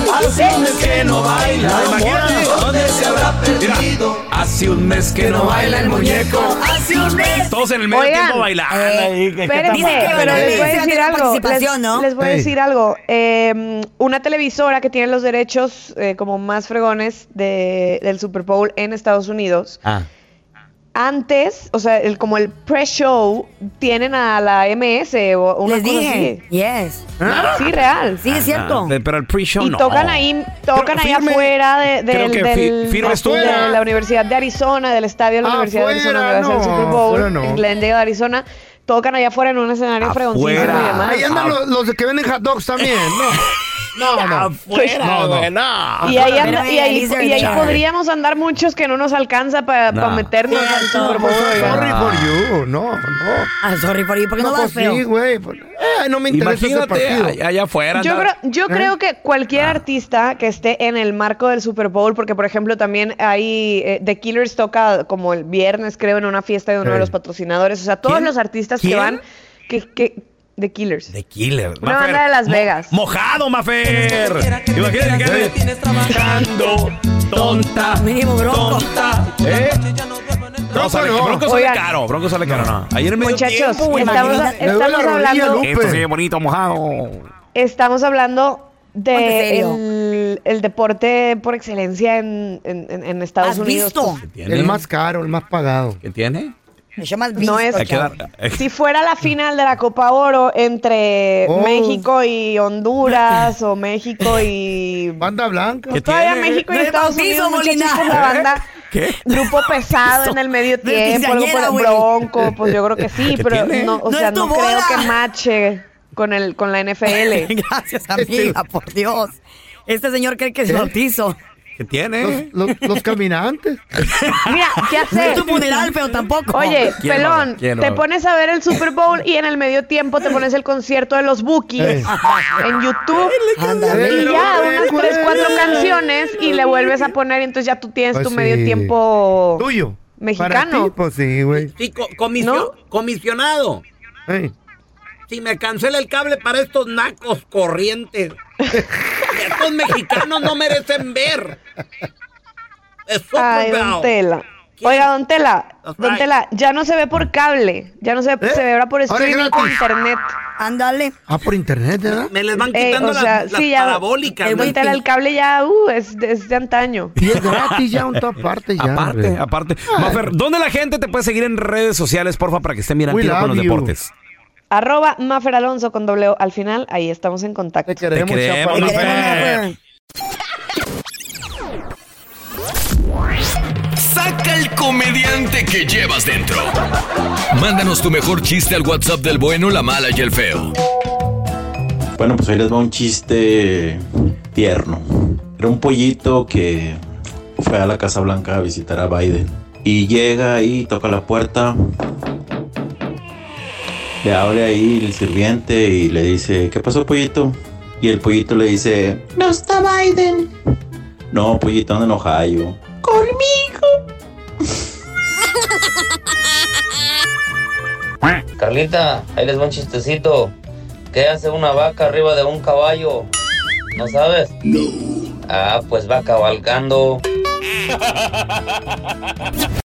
que no baila. Imagínate. ¿Dónde se habrá perdido? hace un mes que no baila el muñeco. Hace un mes. Todos en el medio Oigan, tiempo bailando. ahí, que- que Espérense, está mal. pero les voy a Dice decir que va a algo. tener Les, participación, ¿no? les voy a Ey. decir algo. Eh, una televisora que tiene los derechos eh, como más fregones de- del Super Bowl en Estados Unidos. Antes, o sea, el, como el pre-show, tienen a la MS o una Les cosa dije. así. Yes. Sí, real. Sí, es cierto. Ah, pero el pre-show Y no. tocan ahí, tocan ahí firme- afuera de, creo del- que fi- del- firmes tú. de la Universidad de Arizona, del estadio de la Universidad de Arizona, donde va a ser el no, Super Bowl, afuera no. en Glendale, Arizona. Tocan allá afuera en un escenario fregoncísimo y Fuera. demás. Ahí andan los, los de que venden hot dogs también. No, Ah, no, no. Afuera, güey, no. Y ahí, Pero, anda- y ahí, eh, y ahí Chale. podríamos andar muchos que no nos alcanza para No. meternos al Super Bowl. Sorry oigan. for you. No, no. Ah, sorry por ahí, porque no, No, vas pues feo. sí, güey. pues, eh, no me interesa ese Imagínate partido. a- allá afuera. Yo creo, andar- yo ¿Eh? creo que cualquier artista que esté en el marco del Super Bowl, porque por ejemplo también hay eh, The Killers toca como el viernes, creo, en una fiesta de uno de Ey. los patrocinadores. O sea, todos los artistas que ¿Quién? van, que, que The Killers. The Killer. Una banda de Las Vegas. Mojado, Mafer. Imagínate que andes trabajando, tonta. Mínimo bronco. Tonta. ¿Eh? No, sale, bronco sale Oigan. caro, bronco sale caro, no. Ayer en medio Muchachos, tiempo, güey, estamos- imagínate. estamos Le duele la rodilla, hablando- Lupe. Esto se ve bonito, mojado. Estamos hablando Ponte de serio. el, el deporte por excelencia en, en- en- en Estados ¿Has Unidos. visto? ¿Tiene? El más caro, el más pagado. ¿Qué tiene? Me llamas No es. Hay que dar- eh, Si fuera la final de la Copa Oro entre Oh. México y Honduras o México y. Banda blanca. Pues ¿Qué Todavía tiene? México y No es Estados bautizo, Unidos, muchachos, Molina. con la banda. ¿Qué? Grupo pesado en el medio de tiempo, algo por quinceañera, el güey. bronco, pues yo creo que sí, ¿Qué pero tiene? no, o No sea, es tu no creo boda. que mache con el con la NFL. Gracias, Este, amiga, por Dios. Este señor cree que es bautizo. ¿Qué tiene? Los, los- los caminantes. Mira, ya No es sé. tu funeral, pero tampoco. Oye, ¿Quién lo va? pelón, ¿Quién lo te va? pones a ver el Super Bowl y en el medio tiempo te pones el concierto de los Bookies Eh. en YouTube Ándale. y ya Pero unas tres, cuatro recuerda. canciones y le vuelves a poner y entonces ya tú tienes Pues tu medio sí. tiempo Tuyo. Para ti, mexicano. pues sí, güey. Sí, co- comisio- comisionado. Ey. Si me cancela el cable para estos nacos corrientes. estos mexicanos no merecen ver. Es Ay, don Tela. Oiga, don Tela, That's don right. Tela, ya no se ve por cable, ya no se, ¿Eh? se ve ahora por Ahora es streaming por gratis. internet. Ándale. Ah, por internet, ¿verdad? Me les van Ey, quitando Eh, o sea, las, las sí, ya, Eh, parabólicas. don ¿no? Tela, el cable ya uh, es, es de antaño. Y es gratis ya en todas partes ya. Aparte, hombre. aparte. Mafer, ¿dónde la gente te puede seguir en redes sociales, porfa, para que estén bien al We tiro con love los you. deportes? Arroba Mafer Alonso con doble O al final, ahí estamos en contacto. Te queremos, Te queremos, chaparrita. Mafer. Saca el comediante que llevas dentro. Mándanos tu mejor chiste al WhatsApp del bueno, la mala y el feo. Bueno, pues hoy les va un chiste tierno. Era un pollito que fue a la Casa Blanca a visitar a Biden. Y llega ahí, toca la puerta. Le abre ahí el sirviente y le dice, ¿qué pasó pollito? Y el pollito le dice, No está Biden. no, pollito, ando en Ohio. Conmigo. Carlita, ahí les va un chistecito. ¿Qué hace una vaca arriba de un caballo? ¿No sabes? No. Ah, pues va cabalgando.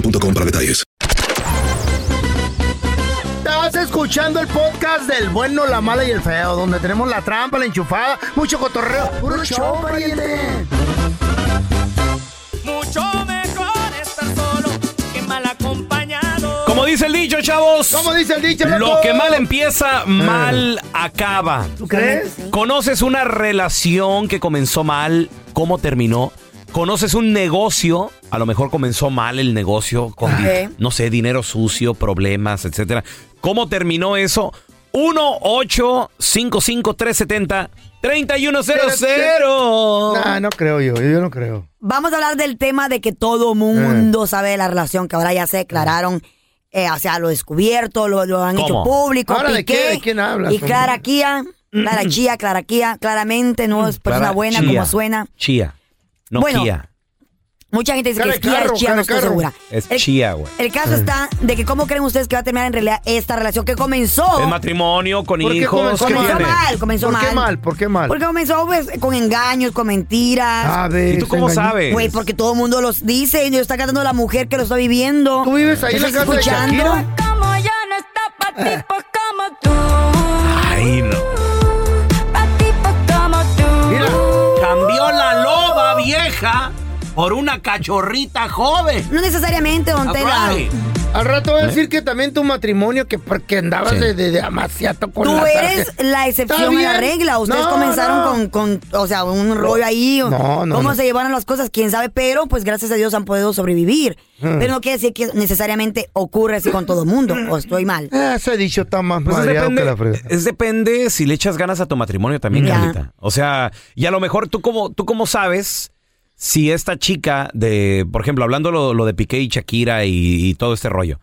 para detalles. Estás escuchando el podcast del bueno, la mala y el feo, donde tenemos la trampa, la enchufada, mucho cotorreo. ¡Puro show, pariente! Mucho mejor estar solo que mal acompañado. Como dice el dicho, chavos. ¿Cómo dice el dicho, loco? Lo que mal empieza, mal acaba. ¿Tú crees? ¿Conoces una relación que comenzó mal? ¿Cómo terminó? ¿Conoces un negocio? A lo mejor comenzó mal el negocio con, di- Ok. no sé, dinero sucio, problemas, etcétera. ¿Cómo terminó eso? 1 8 55 370 3100 Nah, no creo yo, yo no creo. Eh. Vamos a hablar del tema de que todo mundo sabe de la relación, que ahora ya se declararon eh, o sea, lo descubierto, lo, lo han ¿Cómo? hecho público. Ahora, ¿de Piqué, qué- de quién hablas, Y hombre? Clara Kia, Clara Chía, Clara Kia, claramente no es persona Clara buena Chía. como suena. Chía. No Bueno, Kia. Mucha gente dice Cara que es de Kia, carro, es Chía, cara no de estoy carro. segura. Es el, Chía, güey. El caso está de que cómo creen ustedes que va a terminar en realidad esta relación que comenzó. Oh. El matrimonio con ¿Por qué hijos. comenzó ¿qué mal? tiene? Comenzó mal, comenzó ¿Por qué mal. mal? ¿Por qué mal? Porque comenzó pues, con engaños, con mentiras. A ver, ¿Y tú cómo engaño. sabes? Güey, porque todo el mundo los dice y lo está cantando la mujer que lo está viviendo. ¿Tú vives ahí en la casa de Shakira? Como ya no está pa' tipos como tú. Ay, no. Pa' tipos como tú. Cambió la loba vieja por una cachorrita joven. No necesariamente, Ah, don Tela. Al rato ¿Eh? va a decir que también tu matrimonio, que porque andabas de, de, de amaciato con Tú la eres sargento. la excepción a la bien. regla. Ustedes No, comenzaron no. Con, con, o sea, un rollo ahí. o- No, no, Cómo no. se llevaron las cosas, quién sabe, pero pues gracias a Dios han podido sobrevivir. Mm. Pero no quiere decir que necesariamente ocurre así con todo el mundo. O estoy mal. Ah, Ese dicho está más Pues es madreado que la depende, fregada. es depende si le echas ganas a tu matrimonio también, Ya. Carlita. O sea, y a lo mejor tú como, tú como sabes si esta chica de, por ejemplo, hablando lo, lo de Piqué y Shakira y, y todo este rollo.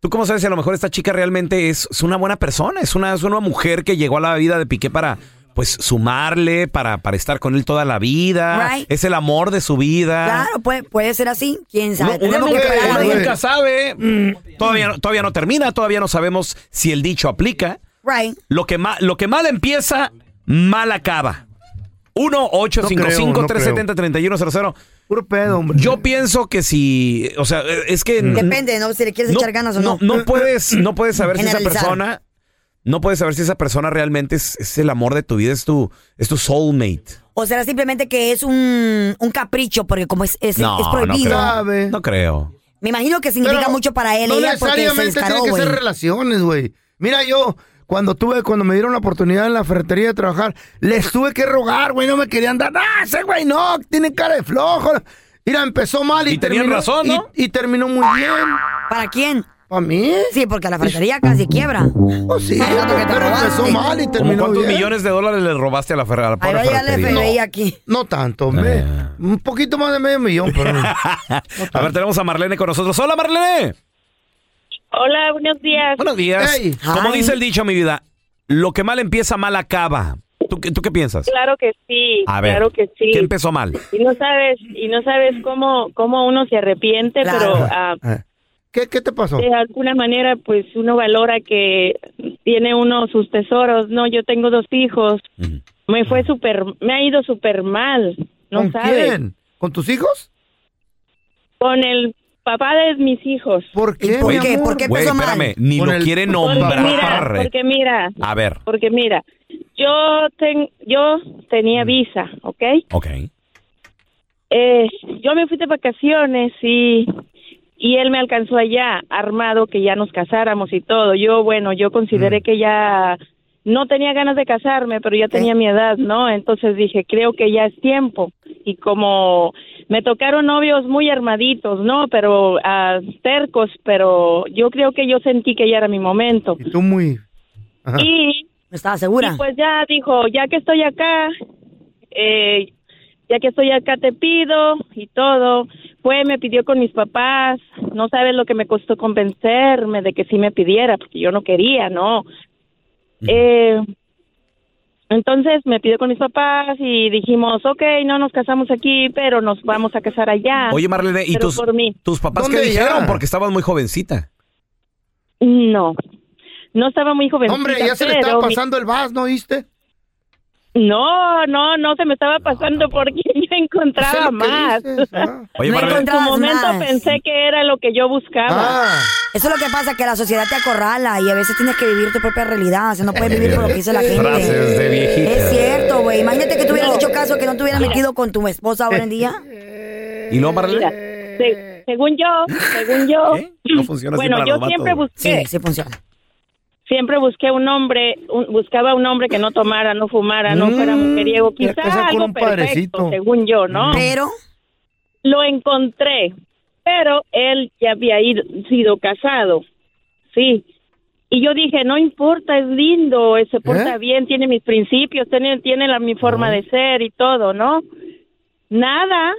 ¿Tú cómo sabes si a lo mejor esta chica realmente es, es una buena persona? Es una, es una mujer que llegó a la vida de Piqué para, pues, sumarle, para, para estar con él toda la vida. Right. Es el amor de su vida. Claro, puede, puede ser así. Quién sabe. Uno- uno Tenemos que nunca- esperar a uno ver. nunca sabe. Mm. Todavía, no- todavía no termina, todavía no sabemos si el dicho aplica. Right. Lo que, ma- lo que mal empieza, mal acaba. 1-855-370-3100. Puro pedo, hombre. Yo pienso que si. O sea, eh, es que. Depende, ¿no? Si le quieres echar ganas o no. No, puedes, no puedes saber si esa Generalizar. persona. No puedes saber si esa persona realmente es, es el amor de tu vida, es tu, es tu soulmate. O será simplemente que es un, un capricho, porque como es, es, no, es prohibido. no creo. No creo. Me imagino que significa Pero mucho para él. No ella porque se necesariamente descaró, tiene que ser güey. relaciones, güey. Mira, yo cuando tuve, cuando me dieron la oportunidad en la ferretería de trabajar, les tuve que rogar, güey, no me querían dar. ¡Ah, ese güey no! Tienen cara de flojo. Mira, empezó mal y, Y tenían terminó. razón, ¿no? y, y terminó muy bien. ¿Para quién? ¿Para mí? Sí, porque la ferretería casi quiebra. Oh, sí, pero empezó mal y ¿Cómo terminó ¿Cuántos bien. millones de dólares le robaste a la ferra? a la Ahí pobre va a llegar el ferretería? Eh. FBI aquí. No tanto, hombre. Un poquito más de medio millón, pero. A ver, tenemos a Marlene con nosotros. ¡Hola, Marlene! Hola, buenos días. Buenos días. Hey. Como Hi. dice el dicho, mi vida, lo que mal empieza, mal acaba. ¿Tú, qué- tú qué piensas? Claro que sí, A ver, claro que sí. ¿qué empezó mal? Y no sabes, y no sabes cómo, cómo uno se arrepiente, pero ah, ¿Qué, qué te pasó? de alguna manera, pues uno valora que tiene uno sus tesoros. No, yo tengo dos hijos. Me fue súper, me ha ido súper mal. No ¿Con sabes. quién? ¿Con tus hijos? Con el papá de mis hijos. ¿Por qué? Güey, güey, espérame, ni Con lo el- quiere Porque nombrar. mira, porque mira, A ver, porque mira, yo ten, yo tenía visa, ¿ok? ok. Eh, yo me fui de vacaciones y, y él me alcanzó allá, armado, que ya nos casáramos y todo. Yo, bueno, yo consideré que ya no tenía ganas de casarme, pero ya tenía mi edad, ¿no? Entonces dije, creo que ya es tiempo. Y como me tocaron novios muy armaditos, ¿no? Pero ah, tercos, pero yo creo que yo sentí que ya era mi momento. Tú muy. Ajá. Y estaba segura. pues ya dijo, ya que estoy acá, eh, ya que estoy acá te pido y todo. Fue, Pues, me pidió con mis papás, no sabes lo que me costó convencerme de que sí me pidiera, porque yo no quería, ¿no? Eh, entonces me pidió con mis papás y dijimos, ok, no nos casamos aquí, pero nos vamos a casar allá. Oye, Marlene, ¿y Pero tus, por mí. tus papás qué ¿Dónde dijeron? ya? Porque estabas muy jovencita. No, no estaba muy joven. Hombre, ya se le estaba pasando el vas, ¿no viste? No, no, no se me estaba pasando porque yo encontraba más. Oye, En Marlene, No su encontrabas momento más. pensé que era lo que yo buscaba. Ah. Eso es lo que pasa, que la sociedad te acorrala y a veces tienes que vivir tu propia realidad. O sea, no puedes vivir por lo que dice la gente. Frases de viejita. Es cierto, güey. Imagínate que tú Eh, hubieras hecho caso, que no te hubieras metido con tu esposa ahora en día. ¿y no, Marlene? Mira, se- según yo, según yo, No ¿Eh? funciona así bueno, para yo los vatos, siempre güey. busqué, Sí, sí funciona. siempre busqué un hombre, un- buscaba un hombre que no tomara, no fumara, Mm, no fuera mujeriego, ya casado quizá con algo un perfecto, padrecito. según yo, Mm. ¿no? Pero lo encontré, pero él ya había ido- sido casado, sí. Y yo dije, no importa, es lindo, eh, se porta bien, tiene mis principios, tiene, tiene la, mi forma de ser y todo, ¿no? Nada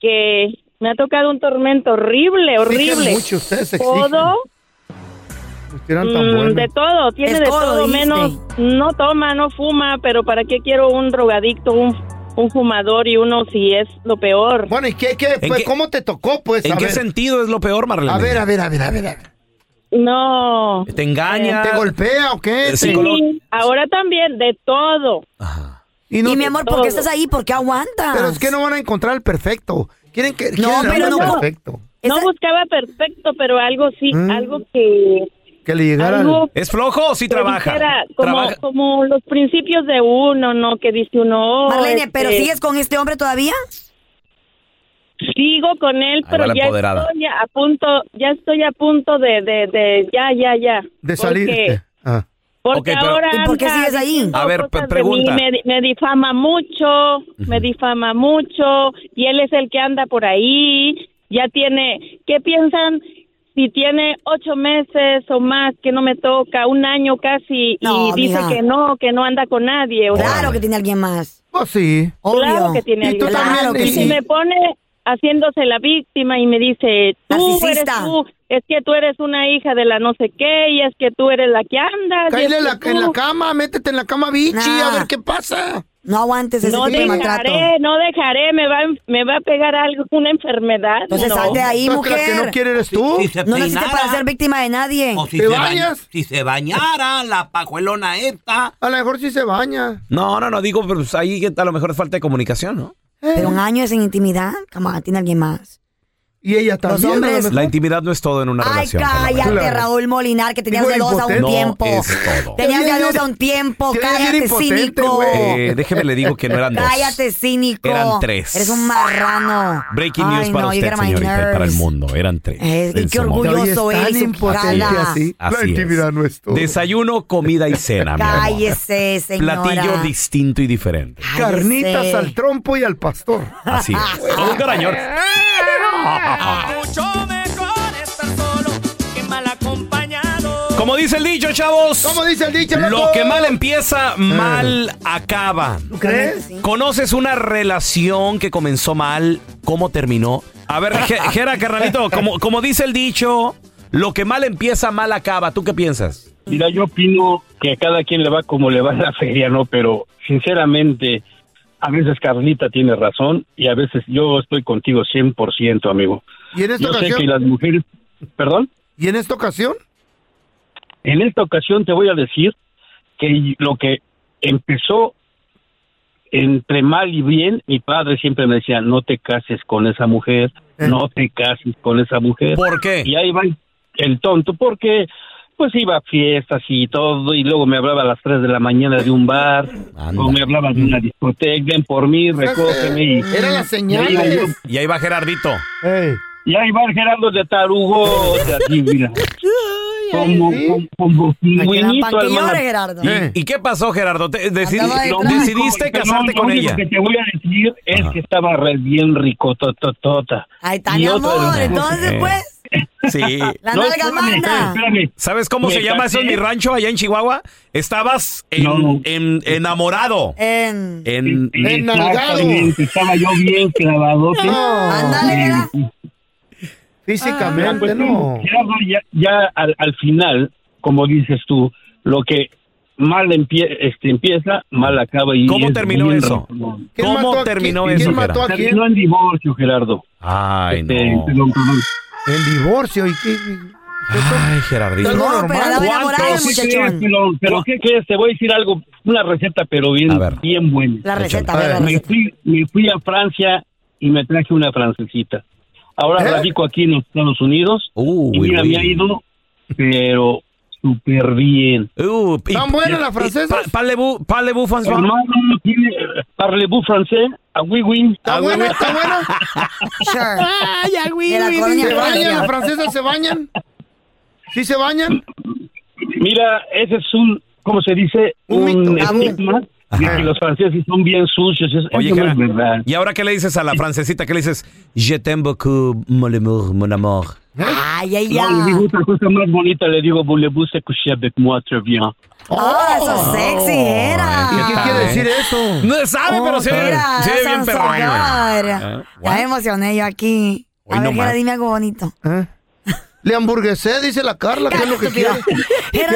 que me ha tocado un tormento horrible, Exigen horrible. mucho, ustedes exigen. todo eran tan Mm, buenos. De todo, tiene Es de todo, todo, dijiste. menos no toma, no fuma, pero ¿para qué quiero un drogadicto, un, un fumador y uno si es lo peor? Bueno, ¿y qué, qué, pues, cómo te tocó, pues? ¿En A qué ver. sentido es lo peor, Marlene? A ver, a ver, a ver, a ver. a ver. No. ¿Te engaña? ¿Te golpea o qué? Eh, ¿Te- psicólogo. Sí, ahora también, de todo. Y, Y mi amor, ¿por qué estás ahí? ¿Por qué aguantas? Pero es que no van a encontrar el perfecto. Quieren que No, quieren pero algo no. perfecto. No buscaba perfecto, pero algo sí, Mm. algo que... Que le llegara al- algo ¿Es flojo o sí que trabaja? dijera, como, Trabaja. como los principios de uno, ¿no? Que dice uno... oh, Marlene, este, ¿pero sigues con este hombre todavía? Sigo con él, Ahí pero va la ya empoderada. estoy a punto, ya estoy a punto de, de, de ya, ya, ya. De Porque- salirte. Ah. Porque Ok, pero- ahora. ¿Y por qué anda sigues ahí? diciendo A ver, cosas pe- de mí, pregunta. Me, di- me difama mucho, me difama mucho, y él es el que anda por ahí. Ya tiene. ¿Qué piensan? Si tiene ocho meses o más que no me toca, un año casi, y No, dice mija. que no, que no anda con nadie. o sea, Claro que tiene alguien más. Pues sí. Claro que tiene Y tú alguien. también, Claro que y sí. me pone haciéndose la víctima y me dice, tú eres Narcisista. tú, es que tú eres una hija de la no sé qué, y es que tú eres la que andas. y es Cállale que la- tú- en la cama, métete en la cama, bichi, Nah. a ver qué pasa. No aguantes ese no tipo de maltrato. dejaré, no dejaré, me va, a en- me va a pegar algo, una enfermedad. Entonces no. sal Pues de ahí, Entonces, mujer. la que no quiere eres tú. Si se No naciste peinara, para ser víctima de nadie. o si ¿Te se baña- bañas? si se bañara la pajuelona esta. Ah, A lo mejor sí se baña. No, no, no, digo, pero pues, ahí a lo mejor es falta de comunicación, ¿no? Pero un año es en intimidad. Come on, tiene alguien más. Y ella también. a lo hombres- mejor. La intimidad no es todo en una Ay, relación. cállate, Carla. Claro. Raúl Molinar, que tenías Digo, celosa un impotente. tiempo. No es todo. Tenías Te vi celosa bien- un tiempo. te vi bien Cállate, impotente, cínico. güey. Eh, déjeme le digo que no eran dos. Cállate, cínico. Eran tres. Eres un marrano. Breaking news Ay, para no, you usted, get on my señorita, y para el nerves. mundo. Eran tres. Eh, y en qué su momento. Pero ella orgulloso es tan eres. impotente Carla. así. la Así intimidad es. no es todo. Desayuno, comida y cena, mi amor. Cállese, señora. Platillo distinto y diferente. Cállese. Carnitas al trompo y al pastor. Así es. Con un garañón. Mucho mejor estar solo que mal acompañado. Como dice el dicho, chavos. ¿Cómo dice el dicho? Lo loco? Mm. que mal empieza, mal acaba. ¿Tú crees? ¿Conoces una relación que comenzó mal? ¿Cómo terminó? A ver, Je- Jera, carnalito, como, como dice el dicho, lo que mal empieza, mal acaba. ¿Tú qué piensas? Mira, yo opino que a cada quien le va como le va la feria, ¿no? Pero sinceramente, a veces Carlita tiene razón y a veces yo estoy contigo 100%, amigo. ¿Y en esta Yo sé que ocasión? las mujeres... ¿Perdón? ¿Y en esta ocasión? En esta ocasión te voy a decir que lo que empezó entre mal y bien, mi padre siempre me decía, no te cases con esa mujer, Eh. no te cases con esa mujer. ¿Por qué? Y ahí va el tonto, porque pues iba a fiestas y todo, y luego me hablaba a las 3 de la mañana de un bar, o me hablaba de una discoteca, ven por mí, recógeme. Y, Era la señal. y ahí va yo- Y ahí va Gerardito. Ey. y ahí va el Gerardo de Tarugo, así, mira. Como, como, como Gran pan pingüinito, que hermana. llore, Gerardo. ¿Y, y qué pasó, Gerardo? Te- decidi- Andaba Lo detrás. único- decidiste perdón, casarte lo con único ella. que te voy a decir es que estaba re bien rico, tototota. Ahí está, Y mi otra amor. vez. Entonces, Eh. pues, Sí. la No, nalga espérame, manda. espérame. ¿Sabes cómo Me se llama eso en mi casé. rancho allá en Chihuahua? Estabas en- No. en- enamorado. En... En, Enalgado. Exactamente, Estaba yo bien clavadote. Ándale, ¿verdad? Físicamente, Pues, no. Gerardo, ya, ya al, al final, como dices tú, lo que mal empie- este, empieza, mal acaba. Y ¿Cómo es terminó bien eso? raro. ¿Quién ¿Cómo mató a terminó quién? eso, ¿Quién mató a Gerardo? quién? Terminó en divorcio, Gerardo. Ay, Este, no. perdón, perdón. El divorcio. ¿Y qué? Ay, Gerardito. Algo No, pero normal. andaba enamorada, ¿Cuántos? el Sí, muchachón. Pero, pero ¿qué crees? Te voy a decir algo, una receta, pero bien, A ver. bien buena. La receta, Échale. a ver, la Me receta. fui, me fui a Francia y me traje una francesita. Ahora ¿Eh? radico aquí en los Estados Unidos. Uy, y mira, uy. me ha ido, pero súper bien. Uh, y- ¿Tan buena la y- francesa? pa- Parlez-vous, parlez-vous, François? Hermano, tiene- parlez-vous francés? Ah, oui, oui. ¿Está buena? ¿Está buena? Sure. De la colonia ¿Se bañan? ¿Las Francia. francesas se bañan? ¿Sí se bañan? Mira, ese es un, ¿cómo se dice? Un mito. Tabú. estigma de que los franceses son bien sucios. Es, Oye, eso no Jera, es verdad. ¿y ahora qué le dices a la francesita? ¿Qué le dices? Je t'aime beaucoup, mon amour, mon amour. ¿Eh? Ay, ay, No, le digo ay. otra cosa más bonita, le digo, voulez-vous se coucher avec moi, très bien. Ah, eso sexy Oh. eh. era. Ah. ¿Y qué quiere eh. decir eso? Oh, No sabe, pero se ve, Mira, se ve bien Sansón, perro. Ya me emocioné yo aquí. ¿Eh? Hoy a ver, nomás. Jera, dime algo bonito. ¿Eh? Le hamburguesé, dice la Carla, que es lo que quiere. Era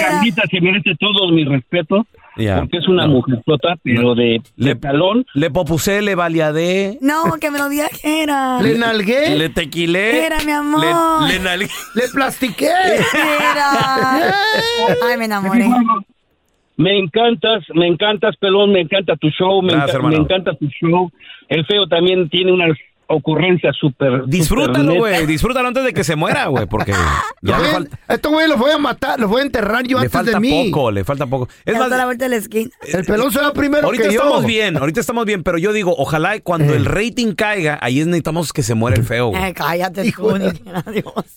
Carlita se merece todo mi respeto. Porque es una mujer mujercota, pero de, de talón. Le popusé, le baleadé. No, que melodía que era. Le tequilé. Era, mi amor. Le, le nalgué. Le plastiqué. Era. Ay, me enamoré. Me encantas, me encantas, pelón, me encanta tu show, me, Gracias, enca- me hermano. encanta tu show. El feo también tiene unas ocurrencias súper. Disfrútalo, súper güey. netas. Disfrútalo antes de que se muera, güey. Porque Ah. ya le, fal- Estos güeyes los Este voy a matar, los voy a enterrar yo le antes falta de mí. poco, le falta poco. Es Es más, la vuelta de la esquina. El eh, pelón se va primero ahorita que yo. estamos bien, ahorita estamos bien, pero yo digo, ojalá y cuando Eh. el rating caiga, ahí es necesitamos que se muera el feo, güey. Ay, cállate, tú, ni quiera, Dios.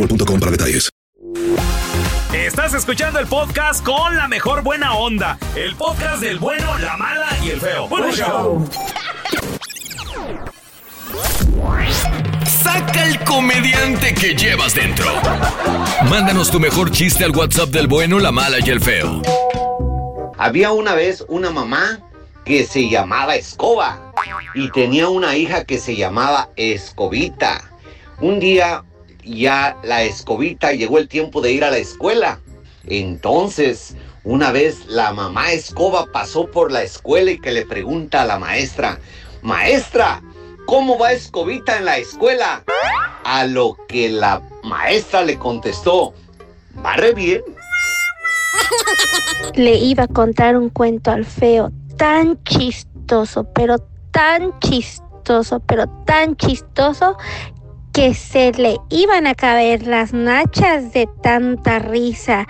para detalles. Estás escuchando el podcast con la mejor buena onda. El podcast del bueno, la mala y el feo. Bueno, show. Saca el comediante que llevas dentro. Mándanos tu mejor chiste al WhatsApp del bueno, la mala y el feo. Había una vez una mamá que se llamaba Escoba y tenía una hija que se llamaba Escobita. Un día ya la Escobita llegó el tiempo de ir a la escuela. Entonces, una vez la mamá Escoba pasó por la escuela y que le pregunta a la maestra, maestra, ¿cómo va Escobita en la escuela? A lo que la maestra le contestó, va re bien. Le iba a contar un cuento al feo tan chistoso, pero tan chistoso, pero tan chistoso que se le iban a caer las nachas de tanta risa.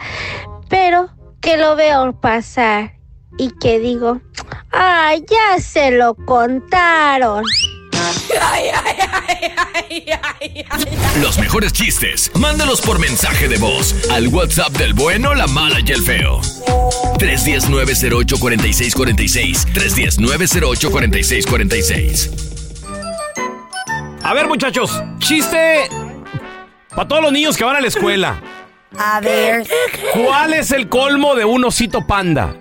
Pero que lo veo pasar y que digo, ah, ya se lo contaron. Los mejores chistes, mándalos por mensaje de voz al WhatsApp del bueno, la mala y el feo. 319-08-4646. 319-08-4646. A ver, muchachos, chiste para todos los niños que van a la escuela. A ver. ¿Cuál es el colmo de un osito panda?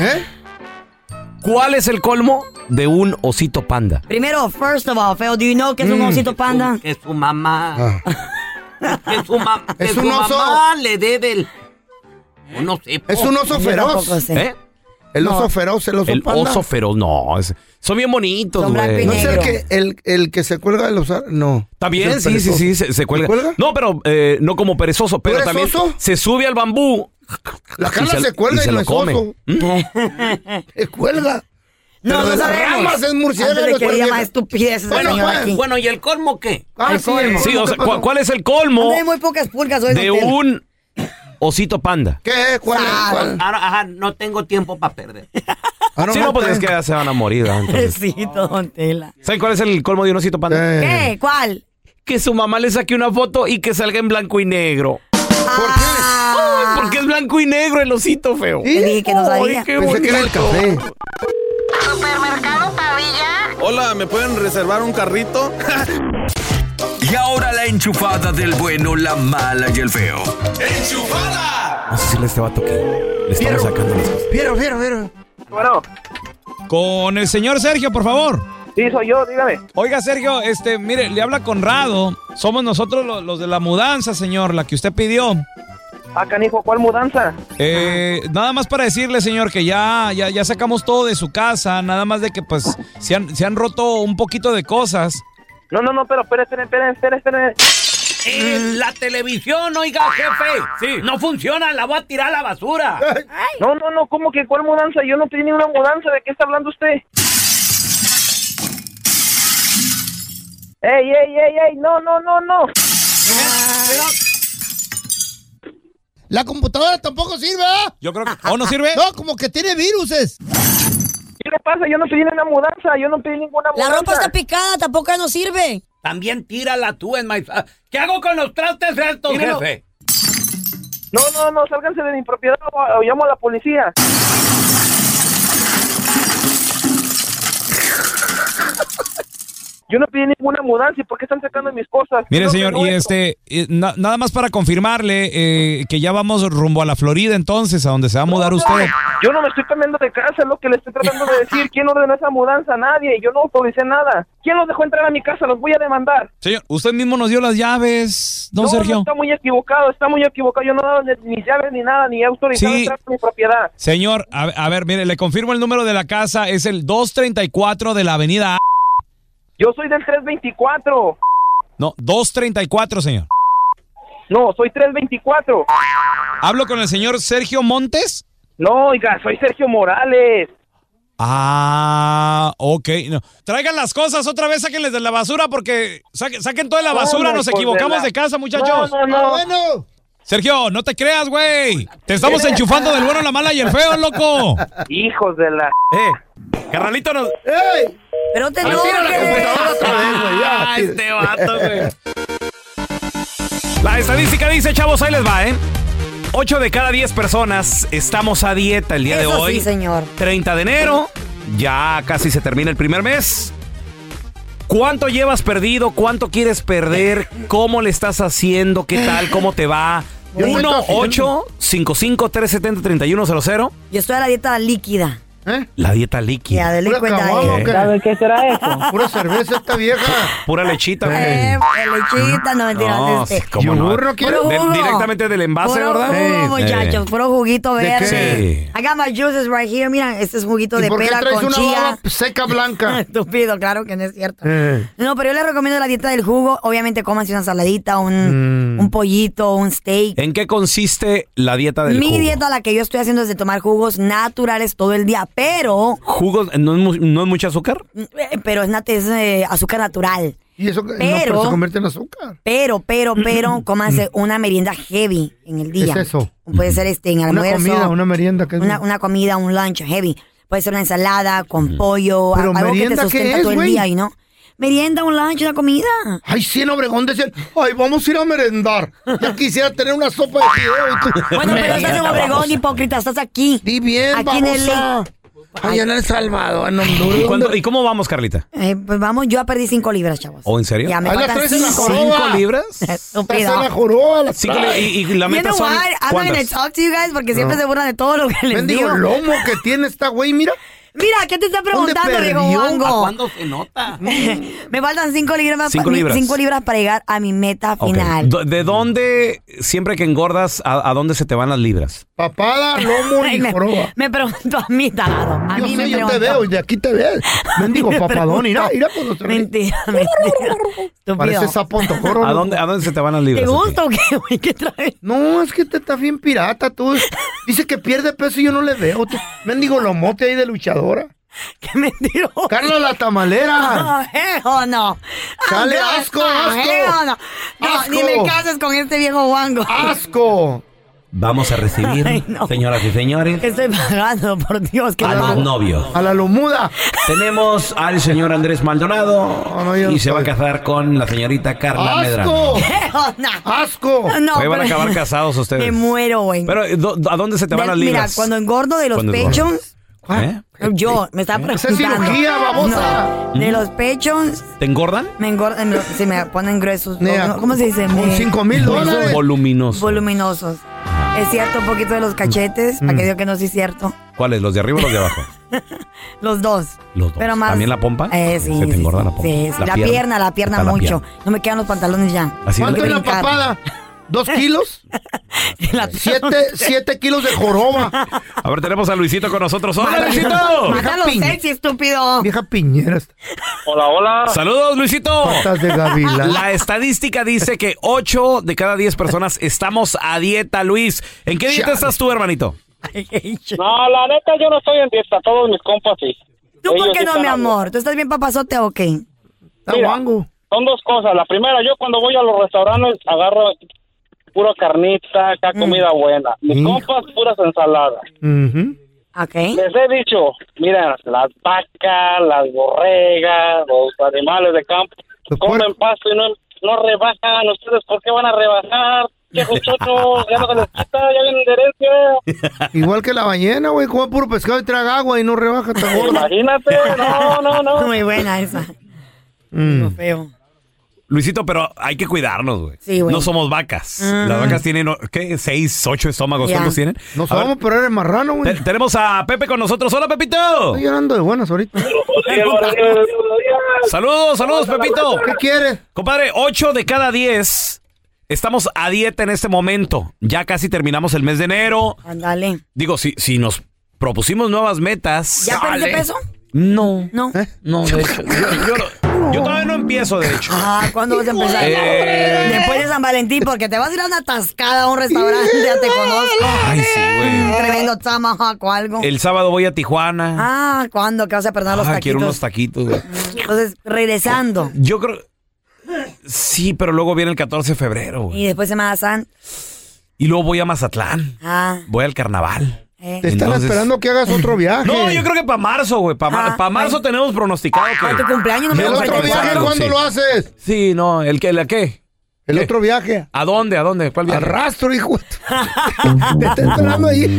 ¿Eh? ¿Cuál es el colmo de un osito panda? Primero, first of all, feo, do you know que es un Mm. osito panda? Es su mamá. Es su mamá. Es su un oso. mamá le debe el. No sé, Es po. un oso feroz. ¿Eh? El oso No. feroz, el oso el panda. oso feroz, no. es- son bien bonitos, güey. ¿No es el que, el, el que se cuelga de los... ar- No. También, Es el sí, sí, perezoso. sí, se, se cuelga. No, pero eh, no como perezoso, pero eres también oso? se sube al bambú. La y Carla se, cuelga y, no es oso. ¿Mm? Se cuelga. No, Pero no de las sabemos. ramas es murciélago. Antes de que es diga cuelga. más estupideces Bueno, señor pues. aquí. bueno, bueno, ¿y el colmo qué? Ah, Al colmo. Sí, o sea, ¿cu- ¿cuál es el colmo Anda, hay muy pocas pulgas hoy. de don Tela. un osito panda? ¿Qué? ¿Cuál es? Ahora, ajá, no tengo tiempo para perder. sí, no, pues es que ya se van a morir. ¿no? Entonces, Pobrecito, don Tela. ¿Saben cuál es el colmo de un osito Eh. panda? ¿Qué? ¿Cuál? Que su mamá le saque una foto y que salga en blanco y negro. Ay, porque es blanco y negro el osito feo. Te dije Ah, que no sabía. Ay, qué bonito. Hola, ¿me pueden reservar un carrito? Y ahora la enchufada del bueno, la mala y el feo. Vamos a decirle a este vato que le estamos sacando las cosas. Fiero, fiero, fiero. Bueno, Con el señor Sergio, por favor. sí, soy yo, dígame. Oiga, Sergio, este, mire, le habla Conrado. Somos nosotros lo- los, de la mudanza, señor, la que usted pidió. Ah, canijo, ¿cuál mudanza? Eh, nada más para decirle, señor, que ya, ya, ya sacamos todo de su casa. Nada más de que, pues, se han, se han roto un poquito de cosas. No, no, no, pero esperen, esperen, esperen, esperen. En la televisión, oiga, jefe. Sí. No funciona, la voy a tirar a la basura. No, no, no, ¿cómo que cuál mudanza? Yo no pedí ni una mudanza, ¿de qué está hablando usted? ¡Ey, ey, ey, ey! ¡No, no, no, no! La computadora tampoco sirve, ¿ah? ¿verdad? Yo creo que. ¿O no sirve? No, como que tiene viruses. ¿Qué le pasa? Yo no pedí ninguna mudanza, yo no pedí ninguna La ropa está picada, tampoco nos sirve. También tírala tú en maíz. ¿Qué hago con los trastes estos, Tíralo. jefe? No, no, no, sálganse de mi propiedad o, o llamo a la policía. Yo no pedí ninguna mudanza, ¿y por qué están sacando mis cosas? Mire, Yo señor, tengo y esto. este, eh, na- nada más para confirmarle eh, que ya vamos rumbo a la Florida, entonces, a donde se va a mudar usted. Yo no me estoy cambiando de casa, es lo que le estoy tratando de decir. ¿Quién ordenó esa mudanza? Nadie, yo no autoricé nada. ¿Quién los dejó entrar a mi casa? Los voy a demandar. Señor, usted mismo nos dio las llaves, don No, Sergio. no, está muy equivocado, está muy equivocado. Yo no he dado ni- ni llaves ni nada, ni he autorizado Sí. entrar a mi propiedad. Señor, a, a ver, mire, le confirmo el número de la casa, es el 234 de la avenida A. Yo soy del 324. No, 234, señor. No, soy 324. ¿Hablo con el señor Sergio Montes? No, oiga, soy Sergio Morales. Ah, ok. No. Traigan las cosas otra vez, sáquenles de la basura porque saque- saquen toda la basura, Vamos, nos pues, equivocamos la- de casa, muchachos. No, no, no. Sergio, no te creas, güey. Te estamos enchufando del bueno, la mala y el feo, loco. Hijos de la... Eh, carnalito nos... Pero te Ah, tira la computadora otra vez, güey, ya. Ah, este vato, güey. La estadística dice, chavos, ahí les va, ¿eh? 8 de cada 10 personas estamos a dieta el día de Eso hoy. sí, señor. 30 de enero, ya casi se termina el primer mes. ¿Cuánto llevas perdido? ¿Cuánto quieres perder? ¿Cómo le estás haciendo? ¿Qué tal? ¿Cómo te va? Yo estoy 1 haciendo. 8 55 370 3100 Yo estoy a la dieta líquida. La dieta líquida. Ya, dele Pura cuenta caguama, eh. ¿o qué? ¿Sabe qué será eso? Pura cerveza esta vieja. Pura lechita. Eh, lechita, no mentiras. Ah, No, este. sí, cómo no. Puro Puro jugo. De- directamente del envase, Puro ¿verdad? jugo, Sí. muchachos, puro juguito ¿De verde. qué? I got my juices right here. Mira, este es juguito ¿Y de por qué pera traes con una chía. baba seca blanca? Estúpido, claro que no es cierto. Eh. No, pero yo les recomiendo la dieta del jugo. Obviamente, cómanse una saladita, un, Mm. un pollito, un steak. ¿En qué consiste la dieta del Mi jugo? dieta, la que yo estoy haciendo, es de tomar jugos naturales todo el día, pero ¿Jugo? ¿No es, mu- no es mucho azúcar? eh, pero es, nat- es, eh, azúcar natural. Y eso no, pero se convierte en azúcar. Pero, pero, pero, cómanse una merienda heavy en el ¿Qué día. es eso? Mm. Puede ser este en Una almuerzo. comida, una merienda. ¿qué es? una, una comida, un lunch heavy. Puede ser una ensalada Mm. con pollo, Pero a- algo que te merienda, ¿qué sustenta es, todo el güey? día, ¿y no? Merienda, un lunch, una comida. Ay, sí, en Obregón decían, ay, vamos a ir a merendar. Ya quisiera tener una sopa de fideo. y tú- Bueno, pero estás en Merienda, Obregón, vamos. hipócrita, estás aquí. Di bien, aquí en el babosa. Ay, en El Salvador, en Honduras. ¿Y, cuánto- y cómo vamos, Carlita? Eh, pues vamos, yo perdí cinco libras, chavos. ¿O ¿Oh, en serio? Ya me Ahí las faltan traes en la Ah. cinco. joroba. ¿Cinco libras? Estúpido. Estás en la joroba, las Cinco traes. libras. Y, y la You meta know son... what? I'm not gonna ¿cuántas? talk to you guys porque siempre No. se burlan de todo lo que les Mendigo digo. lomo que tiene esta güey, mira. Mira, ¿qué te está ¿Dónde preguntando, perdió? viejo guango? ¿A cuándo se nota? Me faltan cinco libras, Cinco mi- libras. cinco libras para llegar a mi meta Ok. final. Do- ¿De dónde, siempre que engordas, a, a dónde se te van las libras? Papada, lomo Ay, y me, joroba. me preguntó a mí, tarado. A Yo mí sé, me yo te preguntó. veo y de aquí te ves. Mendigo Me papadón, mira, preguntó. mira por nuestro Mentira, mentira. Estúpido. Parece sapo antojoro, ¿A loco. dónde, ¿A dónde se te van las libras? ¿Te gusta o qué, güey? ¿Qué traes? No, es que te estás bien pirata, tú. Dice que pierde peso y yo no le veo. tú. Mendigo lomote ahí de luchadora. ¡Qué mentira! ¡Carla la tamalera! Oh, hell no. Dale, Ah, asco, ah, asco. hell no. No, Asco. ni me cases con este viejo guango. ¡Asco! Vamos a recibir, señoras y señores, Que estoy pagando, por Dios, que a los novios. A la lumuda. Oh, Tenemos al señor Andrés Maldonado y se va a casar con la señorita Carla Medrano. ¡Asco! Hell no. ¡Asco! No, Ahí van a pero- acabar casados ustedes. Me muero, güey. Pero, ¿dó- ¿a dónde se te van Del- las mira, libras? ¿Eh? cuando engordo de los Cuando pechos, engordas. ¿Ah? Yo, me estaba Esa preguntando. es cirugía, babosa. No, de Mm. los pechos, ¿Te engordan? me engordan, me- se me ponen gruesos. Mira, ¿no? ¿Cómo se dice? con Me- cinco mil dólares. Voluminoso. Voluminosos. Es cierto, un poquito de los cachetes, Mm. para que digo que no, sí es cierto. ¿Cuáles? ¿Los de arriba o los de abajo? Los dos. Los dos. Pero más- ¿También la pompa? Ah, Eh, sí, Se te sí, engorda sí, la pompa. sí, sí. La, pierna, la pierna Hasta la mucho. pierna. No me quedan los pantalones ya. Así ¿Cuánto de es la brincar. papada? ¿Dos kilos? siete, siete kilos de joroba. A ver, tenemos a Luisito con nosotros. ¡Hola, Mátalo. Luisito! Mátalo sexy, estúpido. Vieja piñera. Hola, hola. Saludos, Luisito. Patas de gavilán. La estadística dice que 8 de cada 10 personas estamos a dieta, Luis. ¿En qué dieta estás tú, hermanito? No, la neta, yo no estoy en dieta, todos mis compas sí. ¿Tú por qué no, mi amor? ¿Tú estás bien papazote o qué? Mira, son dos cosas. La primera, yo cuando voy a los restaurantes agarro pura carnita, acá comida buena. Mis Hijo. compas, puras ensaladas. Les he dicho, mira, las vacas, las borregas, los animales de campo comen pasto y no, no rebajan. ¿Ustedes por qué van a rebajar? ¡Qué muchachos! ¡Ya no se les quita! ¡Ya vienen de herencia! Igual que la ballena, güey. Come puro pescado y traga agua y no rebaja tan gorda. Imagínate, no, no, no. Muy buena esa. Mm. feo. Luisito, pero hay que cuidarnos, güey. Sí, güey. No somos vacas. Mm. Las vacas tienen, ¿qué? ¿Seis, ocho estómagos? Ya. ¿Cuántos tienen? No A somos, ver, pero eres marrano, güey. te- tenemos a Pepe con nosotros. ¡Hola, Pepito! Estoy llorando de buenas ahorita. Saludos, saludos, Pepito. ¿Qué quieres? Compadre, 8 de cada 10 estamos a dieta en este momento. Ya casi terminamos el mes de enero. Ándale. Digo, si, si nos propusimos nuevas metas. ¿Ya perdiste Dale. peso? No. ¿Eh? No. No, de hecho. Yo, yo no- yo todavía no empiezo, de hecho. Ah, ¿cuándo vas a empezar? Eh. Después de San Valentín, porque te vas a ir a una atascada a un restaurante, ya te conozco. Ay, sí, Un güey. tremendo tomahawk o algo. El sábado voy a Tijuana. Ah, ¿cuándo? ¿Qué vas a perdonar los Ah, quiero unos taquitos? taquitos. güey. Entonces, regresando. Yo creo. Sí, pero luego viene el 14 de febrero. güey. Y después se me San. Y luego voy a Mazatlán. Ah, Voy al carnaval. eh. Te están Entonces- esperando que hagas otro viaje. No, yo creo que para marzo, güey. Para Ah, marzo tenemos pronosticado que. Para tu cumpleaños no me ¿Y el lo otro cuentes. viaje cuándo lo haces? Sí, no, ¿el qué? ¿La qué? El otro viaje. ¿A dónde? ¿A dónde? ¿Cuál viaje? Arrastro, hijo. de tu- Te está esperando ahí.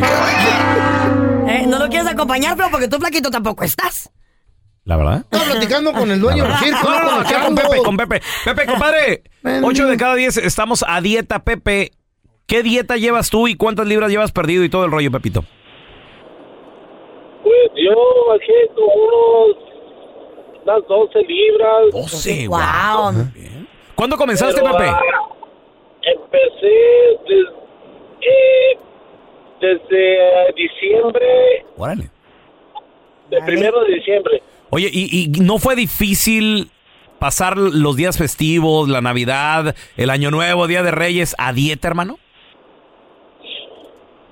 Eh, no lo quieres acompañar, pero porque tú flaquito tampoco estás. La verdad. Estaba platicando con el dueño del circo. No, no, no, acá con platicando. Pepe, con Pepe. Pepe, compadre, 8 de cada 10 estamos a dieta, Pepe. ¿Qué dieta llevas tú y cuántas libras llevas perdido y todo el rollo, Pepito? Pues yo bajé como unos, unas 12 libras. 12, wow. ¿Cuándo comenzaste, Pero, Pepe? ah, empecé des- eh, desde diciembre, Órale. el primero de diciembre. Oye, ¿y, y no fue difícil pasar los días festivos, la Navidad, el Año Nuevo, Día de Reyes, a dieta, hermano?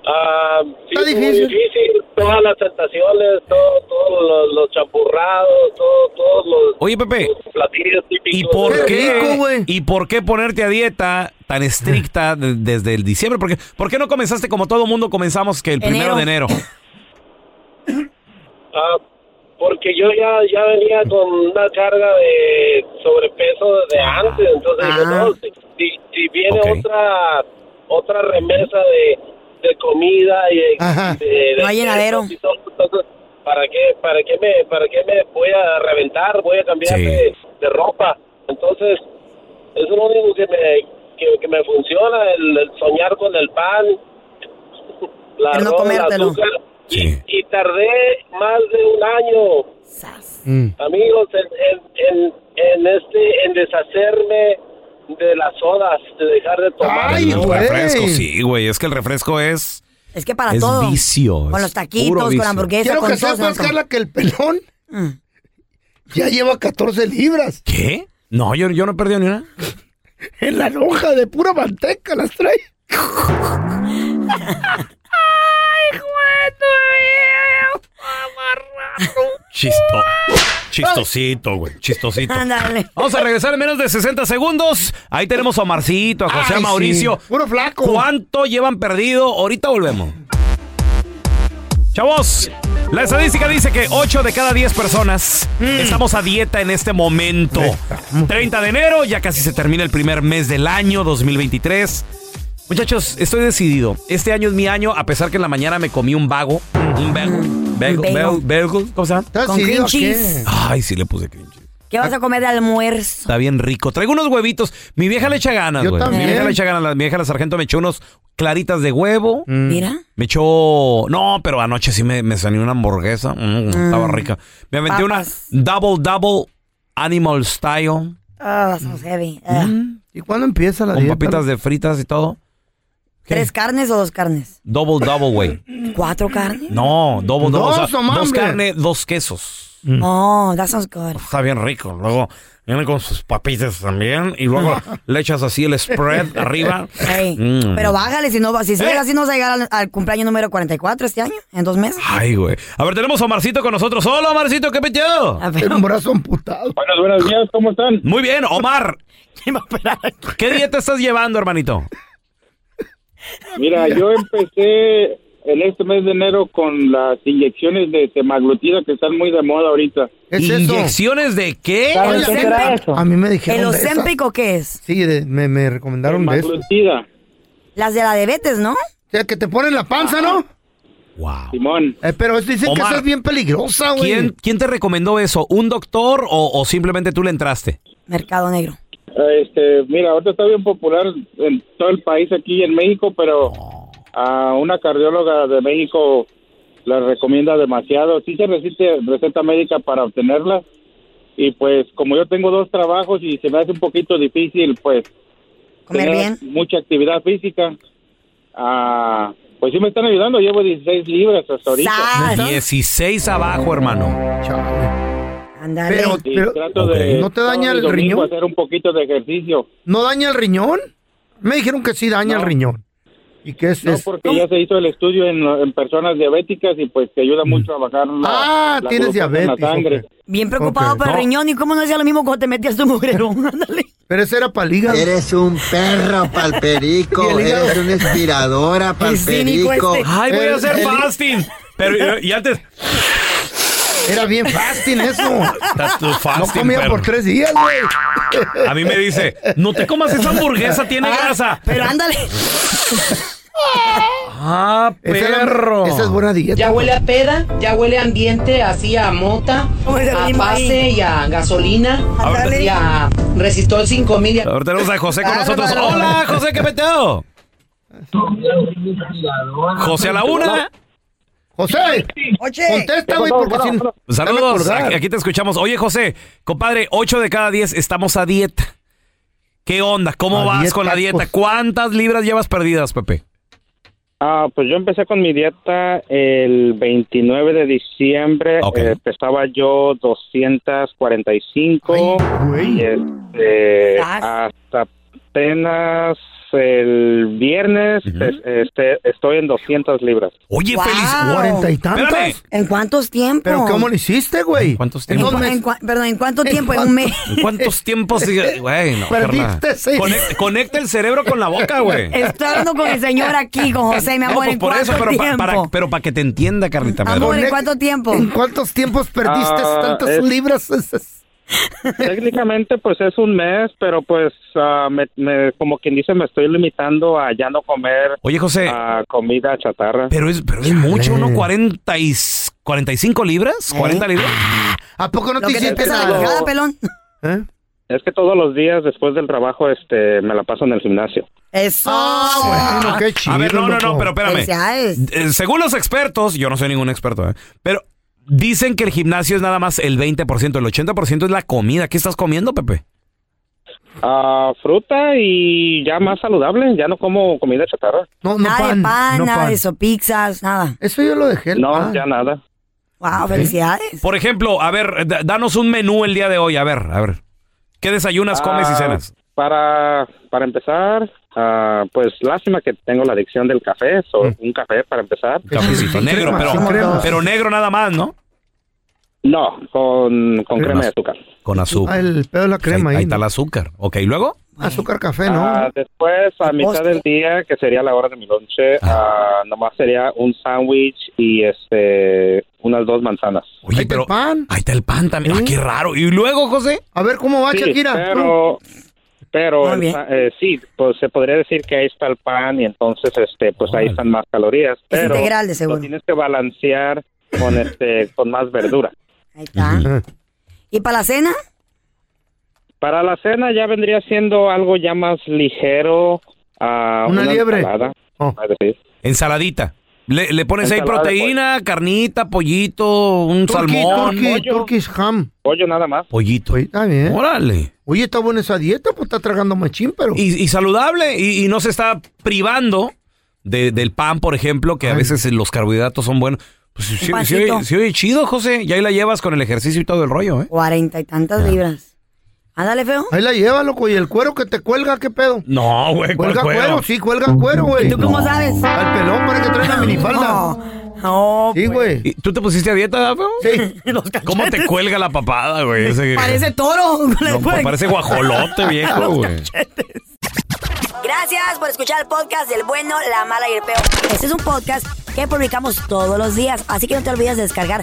Ah, sí, muy difícil. Todas las tentaciones, todo- todos los, los champurrados, todo- todos los Oye, Pepe, platillos típicos. ¿Y por qué? ¿Y por qué ponerte a dieta tan estricta de- desde el diciembre? ¿Por qué, por qué no comenzaste como todo mundo comenzamos que el primero de enero? Ah, porque yo ya, ya venía con una carga de sobrepeso desde antes, entonces dije, Ah. no, si, si- si viene otra otra remesa de, de comida y de, Ajá. de- de- No hay de- llenadero. y todo, entonces, ¿para qué, para qué me, para qué me voy a reventar? Voy a cambiar de, de ropa. Entonces, es lo único que me, que, que me funciona, el, el soñar con el pan, la Pero no arroz, el comértelo. azúcar. Y tardé más de un año, Mm. amigos, en, en, en, en este, en deshacerme de las sodas, de dejar de tomar. el refresco, sí, güey. Es que el refresco es. Es que para Es todo. vicio, Con es los taquitos, puro con vicio. la hamburguesa, Quiero con Mm. que sepas, todo. se me antoja. Carla, que el pelón ya lleva 14 libras. ¿Qué? No, yo, yo no he perdido ni una. En la hoja de pura manteca las trae. Chisto. Chistosito, güey. Chistosito. Ándale. Vamos a regresar en menos de 60 segundos. Ahí tenemos a Omarcito, a José Ay, Mauricio. sí. Puro flaco. ¿Cuánto llevan perdido? Ahorita volvemos. Chavos, la estadística dice que 8 de cada 10 personas estamos a dieta en este momento. 30 de enero, ya casi se termina el primer mes del año 2023. Muchachos, estoy decidido. Este año es mi año, a pesar que en la mañana me comí un vago. Un vago. Bagel, Bagel. bagel, bagel, ¿cómo se llama? ¿Estás Con cream decidido a qué? cheese. Ay, sí le puse cream cheese. ¿Qué vas a comer de almuerzo? Está bien rico. Traigo unos huevitos. Mi vieja le echa ganas, Yo güey. Mi también. vieja le echa ganas. La- Mi vieja la sargento me echó unos claritas de huevo. Mm. Mira. Me echó. No, pero anoche sí me, me salió una hamburguesa. Mm, Mm. Estaba rica. Me aventé Papas. una double double animal style. Mm. Ah, son heavy. Ah. ¿Y cuándo empieza la Con dieta? papitas de fritas y todo. ¿Tres carnes o dos carnes? Double double, güey. ¿Cuatro carnes? No, double double. Dos, o sea, no mames. dos carnes, dos quesos. Oh, that sounds good. Está bien rico. Luego viene con sus papitas también. Y luego le echas así el spread arriba. Ey, Mm. Pero bájale, si no, va- si sigues así no vas a llegar al, al cumpleaños número 44 este año, en dos meses. Ay, güey. A ver, tenemos a Omarcito con nosotros. Hola, Omarcito, ¿qué peteado? Tengo un brazo amputado. Buenos, buenos días, ¿cómo están? Muy bien, Omar. ¿Qué dieta estás llevando, hermanito? Mira, yo empecé en este mes de enero con las inyecciones de semaglutida que están muy de moda ahorita. ¿Inyecciones de ¿Eh? qué? ¿Sabes qué será eso? A mí me dijeron ¿El de esas. Ozempic o qué es? Sí, de- me, me recomendaron de eso. Las de la diabetes, ¿no? que te ponen la panza, ¿no? Simón. Eh, pero dicen que eso es bien peligrosa, güey. ¿Quién, quién te recomendó eso? ¿Un doctor o, o simplemente tú le entraste? Mercado Negro. Este, mira, ahorita está bien popular en todo el país aquí en México, pero a una cardióloga de México la recomienda demasiado. Sí se resiste receta médica para obtenerla y pues como yo tengo dos trabajos y se me hace un poquito difícil pues comer bien, mucha actividad física. Ah, pues sí me están ayudando, llevo 16 libras hasta ahorita. 16 abajo, hermano. Ándale. Pero, trato de ¿no te daña sábado y el domingo riñón? hacer un poquito de ejercicio. ¿No daña el riñón? Me dijeron que sí daña el riñón. ¿Y qué Pues es No, eso? porque ya se hizo el estudio en, en personas diabéticas y pues te ayuda mucho a bajar la, Ah, la tienes glucosa en la diabetes, sangre. ok. Bien preocupado Ok, por el no. riñón y cómo no hacía lo mismo cuando te metías tu mugrero. Ándale. Pero ese era para el hígado. Eres un perro ¿Y palperico, el hígado? eres una inspiradora cínico palperico. este. Ay, voy a hacer fasting. Pero y antes. Era bien fasting eso. Estás tú no fasting, comía perro. por tres días, güey. A mí me dice, no te comas esa hamburguesa, tiene Ah, grasa. Pero ándale. Ah, Esa era- perro. esa es buena dieta. Ya huele a peda, ya huele a ambiente, así a mota, a pase y a gasolina, Ándale. y a resistol 5000. y a- Ahora tenemos a José Ah, con nosotros. Bárbaro. Hola, José, ¿qué peteado? José a la una. José, contesta, güey, porque si no- ya me Saludos, colgaron. aquí aquí te escuchamos. Oye, José, compadre, 8 de cada 10 estamos a dieta. ¿Qué onda? ¿Cómo A vas dieta, con la dieta? Pues- José. ¿Cuántas libras llevas perdidas, Pepe? Ah, pues yo empecé con mi dieta el 29 de diciembre. Eh, pesaba yo 245. Y este, hasta apenas el viernes es- este, estoy en 200 libras. Oye, feliz. ¿Cuarenta y tantas? Espérame. ¿En cuántos tiempos? ¿Pero cómo lo hiciste, güey? ¿Cuántos ¿En cua- en cua- perdón, ¿en cuánto tiempo? ¿En, un mes? ¿Cuántos tiempos? sigue- Güey, no, Perdiste carnal. seis. Conec- Conecta el cerebro con la boca, güey. Estoy hablando con el señor aquí, con José, mi No, amor. pues ¿En por cuánto eso, pero pa- tiempo? para, pero para que te entienda, Carlita. Amor, madre. ¿en cuánto tiempo? ¿En cuántos tiempos perdiste Ah, tantas es- libras? esas? Técnicamente, pues es un mes, pero pues ah, me- me- como quien dice, me estoy limitando a ya no comer ah, Oye, José, comida chatarra. Pero es, pero es mucho, ¿no? 40 y, 45 libras, 40 libras. ¿Eh? ¿A poco no Lo te que te hiciste pesa la nada? quijada, pelón. Es que todos los días después del trabajo este me la paso en el gimnasio. Eso. Ah, bueno, qué chido, A ver, no, no, loco. no, pero espérame. Felicidades. Eh, según los expertos, yo no soy ningún experto, ¿eh? pero dicen que el gimnasio es nada más el 20%, el 80% es la comida. ¿Qué estás comiendo, Pepe? Ah, fruta y ya más saludable, ya no como comida chatarra. No, nada de pan, no nada pan. de eso, pizzas, nada. Eso yo lo dejé. No, Ah. ya nada. Wow, felicidades. Por ejemplo, a ver, da- danos un menú el día de hoy, a ver, a ver. ¿Qué desayunas, comes y Ah, cenas? Para, para empezar, ah, pues lástima que tengo la adicción del café, so, un café para empezar. Cafecito negro, crema, sin pero, crema. pero negro nada más, ¿no? No, con, con crema de azúcar. Con azúcar. Pues Ah, el pedo de la crema ahí, ahí. está el azúcar. Ok, ¿y luego? Azúcar café, ¿no? Ah, después, a mitad postre. del día, que sería la hora de mi lonche, ah, nomás sería un sándwich y este unas dos manzanas. Oye, pero pan. ahí está el pan también. Ah, qué raro. ¿Y luego, José? A ver cómo va, Sí, Shakira. Pero, pero Muy el bien. pa- eh, sí, pues se podría decir que ahí está el pan y entonces, este, pues ahí están más calorías. Pero integral, de seguro. lo tienes que balancear con este con más verdura. Ahí está. ¿Y para la cena? Para la cena ya vendría siendo algo ya más ligero. ah, Una liebre. ensalada. Oh. Así. Ensaladita. Le, le pones ahí pues. Ensalada de proteína, carnita, pollito, un salmón. Turkey, Turkish ham. Pollo nada más. Pollito. Está bien. Órale. Oye, está buena esa dieta, pues está tragando machín, pero... Y, y saludable y, y no se está privando de- del pan, por ejemplo, que a veces los carbohidratos son buenos. Pues sí, sí, sí, pancito. sí, oye, chido, José. Y ahí la llevas con el ejercicio y todo el rollo, ¿eh? Cuarenta y tantas libras. Ándale, feo. Ahí la lleva, loco, y el cuero que te cuelga, ¿qué pedo? No, güey, ¿cuál Cuelga cuero? cuero? sí, cuelga cuero, güey. ¿Y tú cómo sabes? Al pelón, para que trae una minifalda. No, Sí, güey. ¿Y ¿Tú te pusiste a dieta, feo? Sí. ¿Cómo te cuelga la papada, güey? Ese- Parece toro. No, pa- parece guajolote Ah, viejo, güey. Gracias por escuchar el podcast del bueno, la mala y el peor. Este es un podcast que publicamos todos los días, así que no te olvides de descargar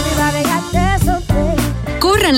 Corran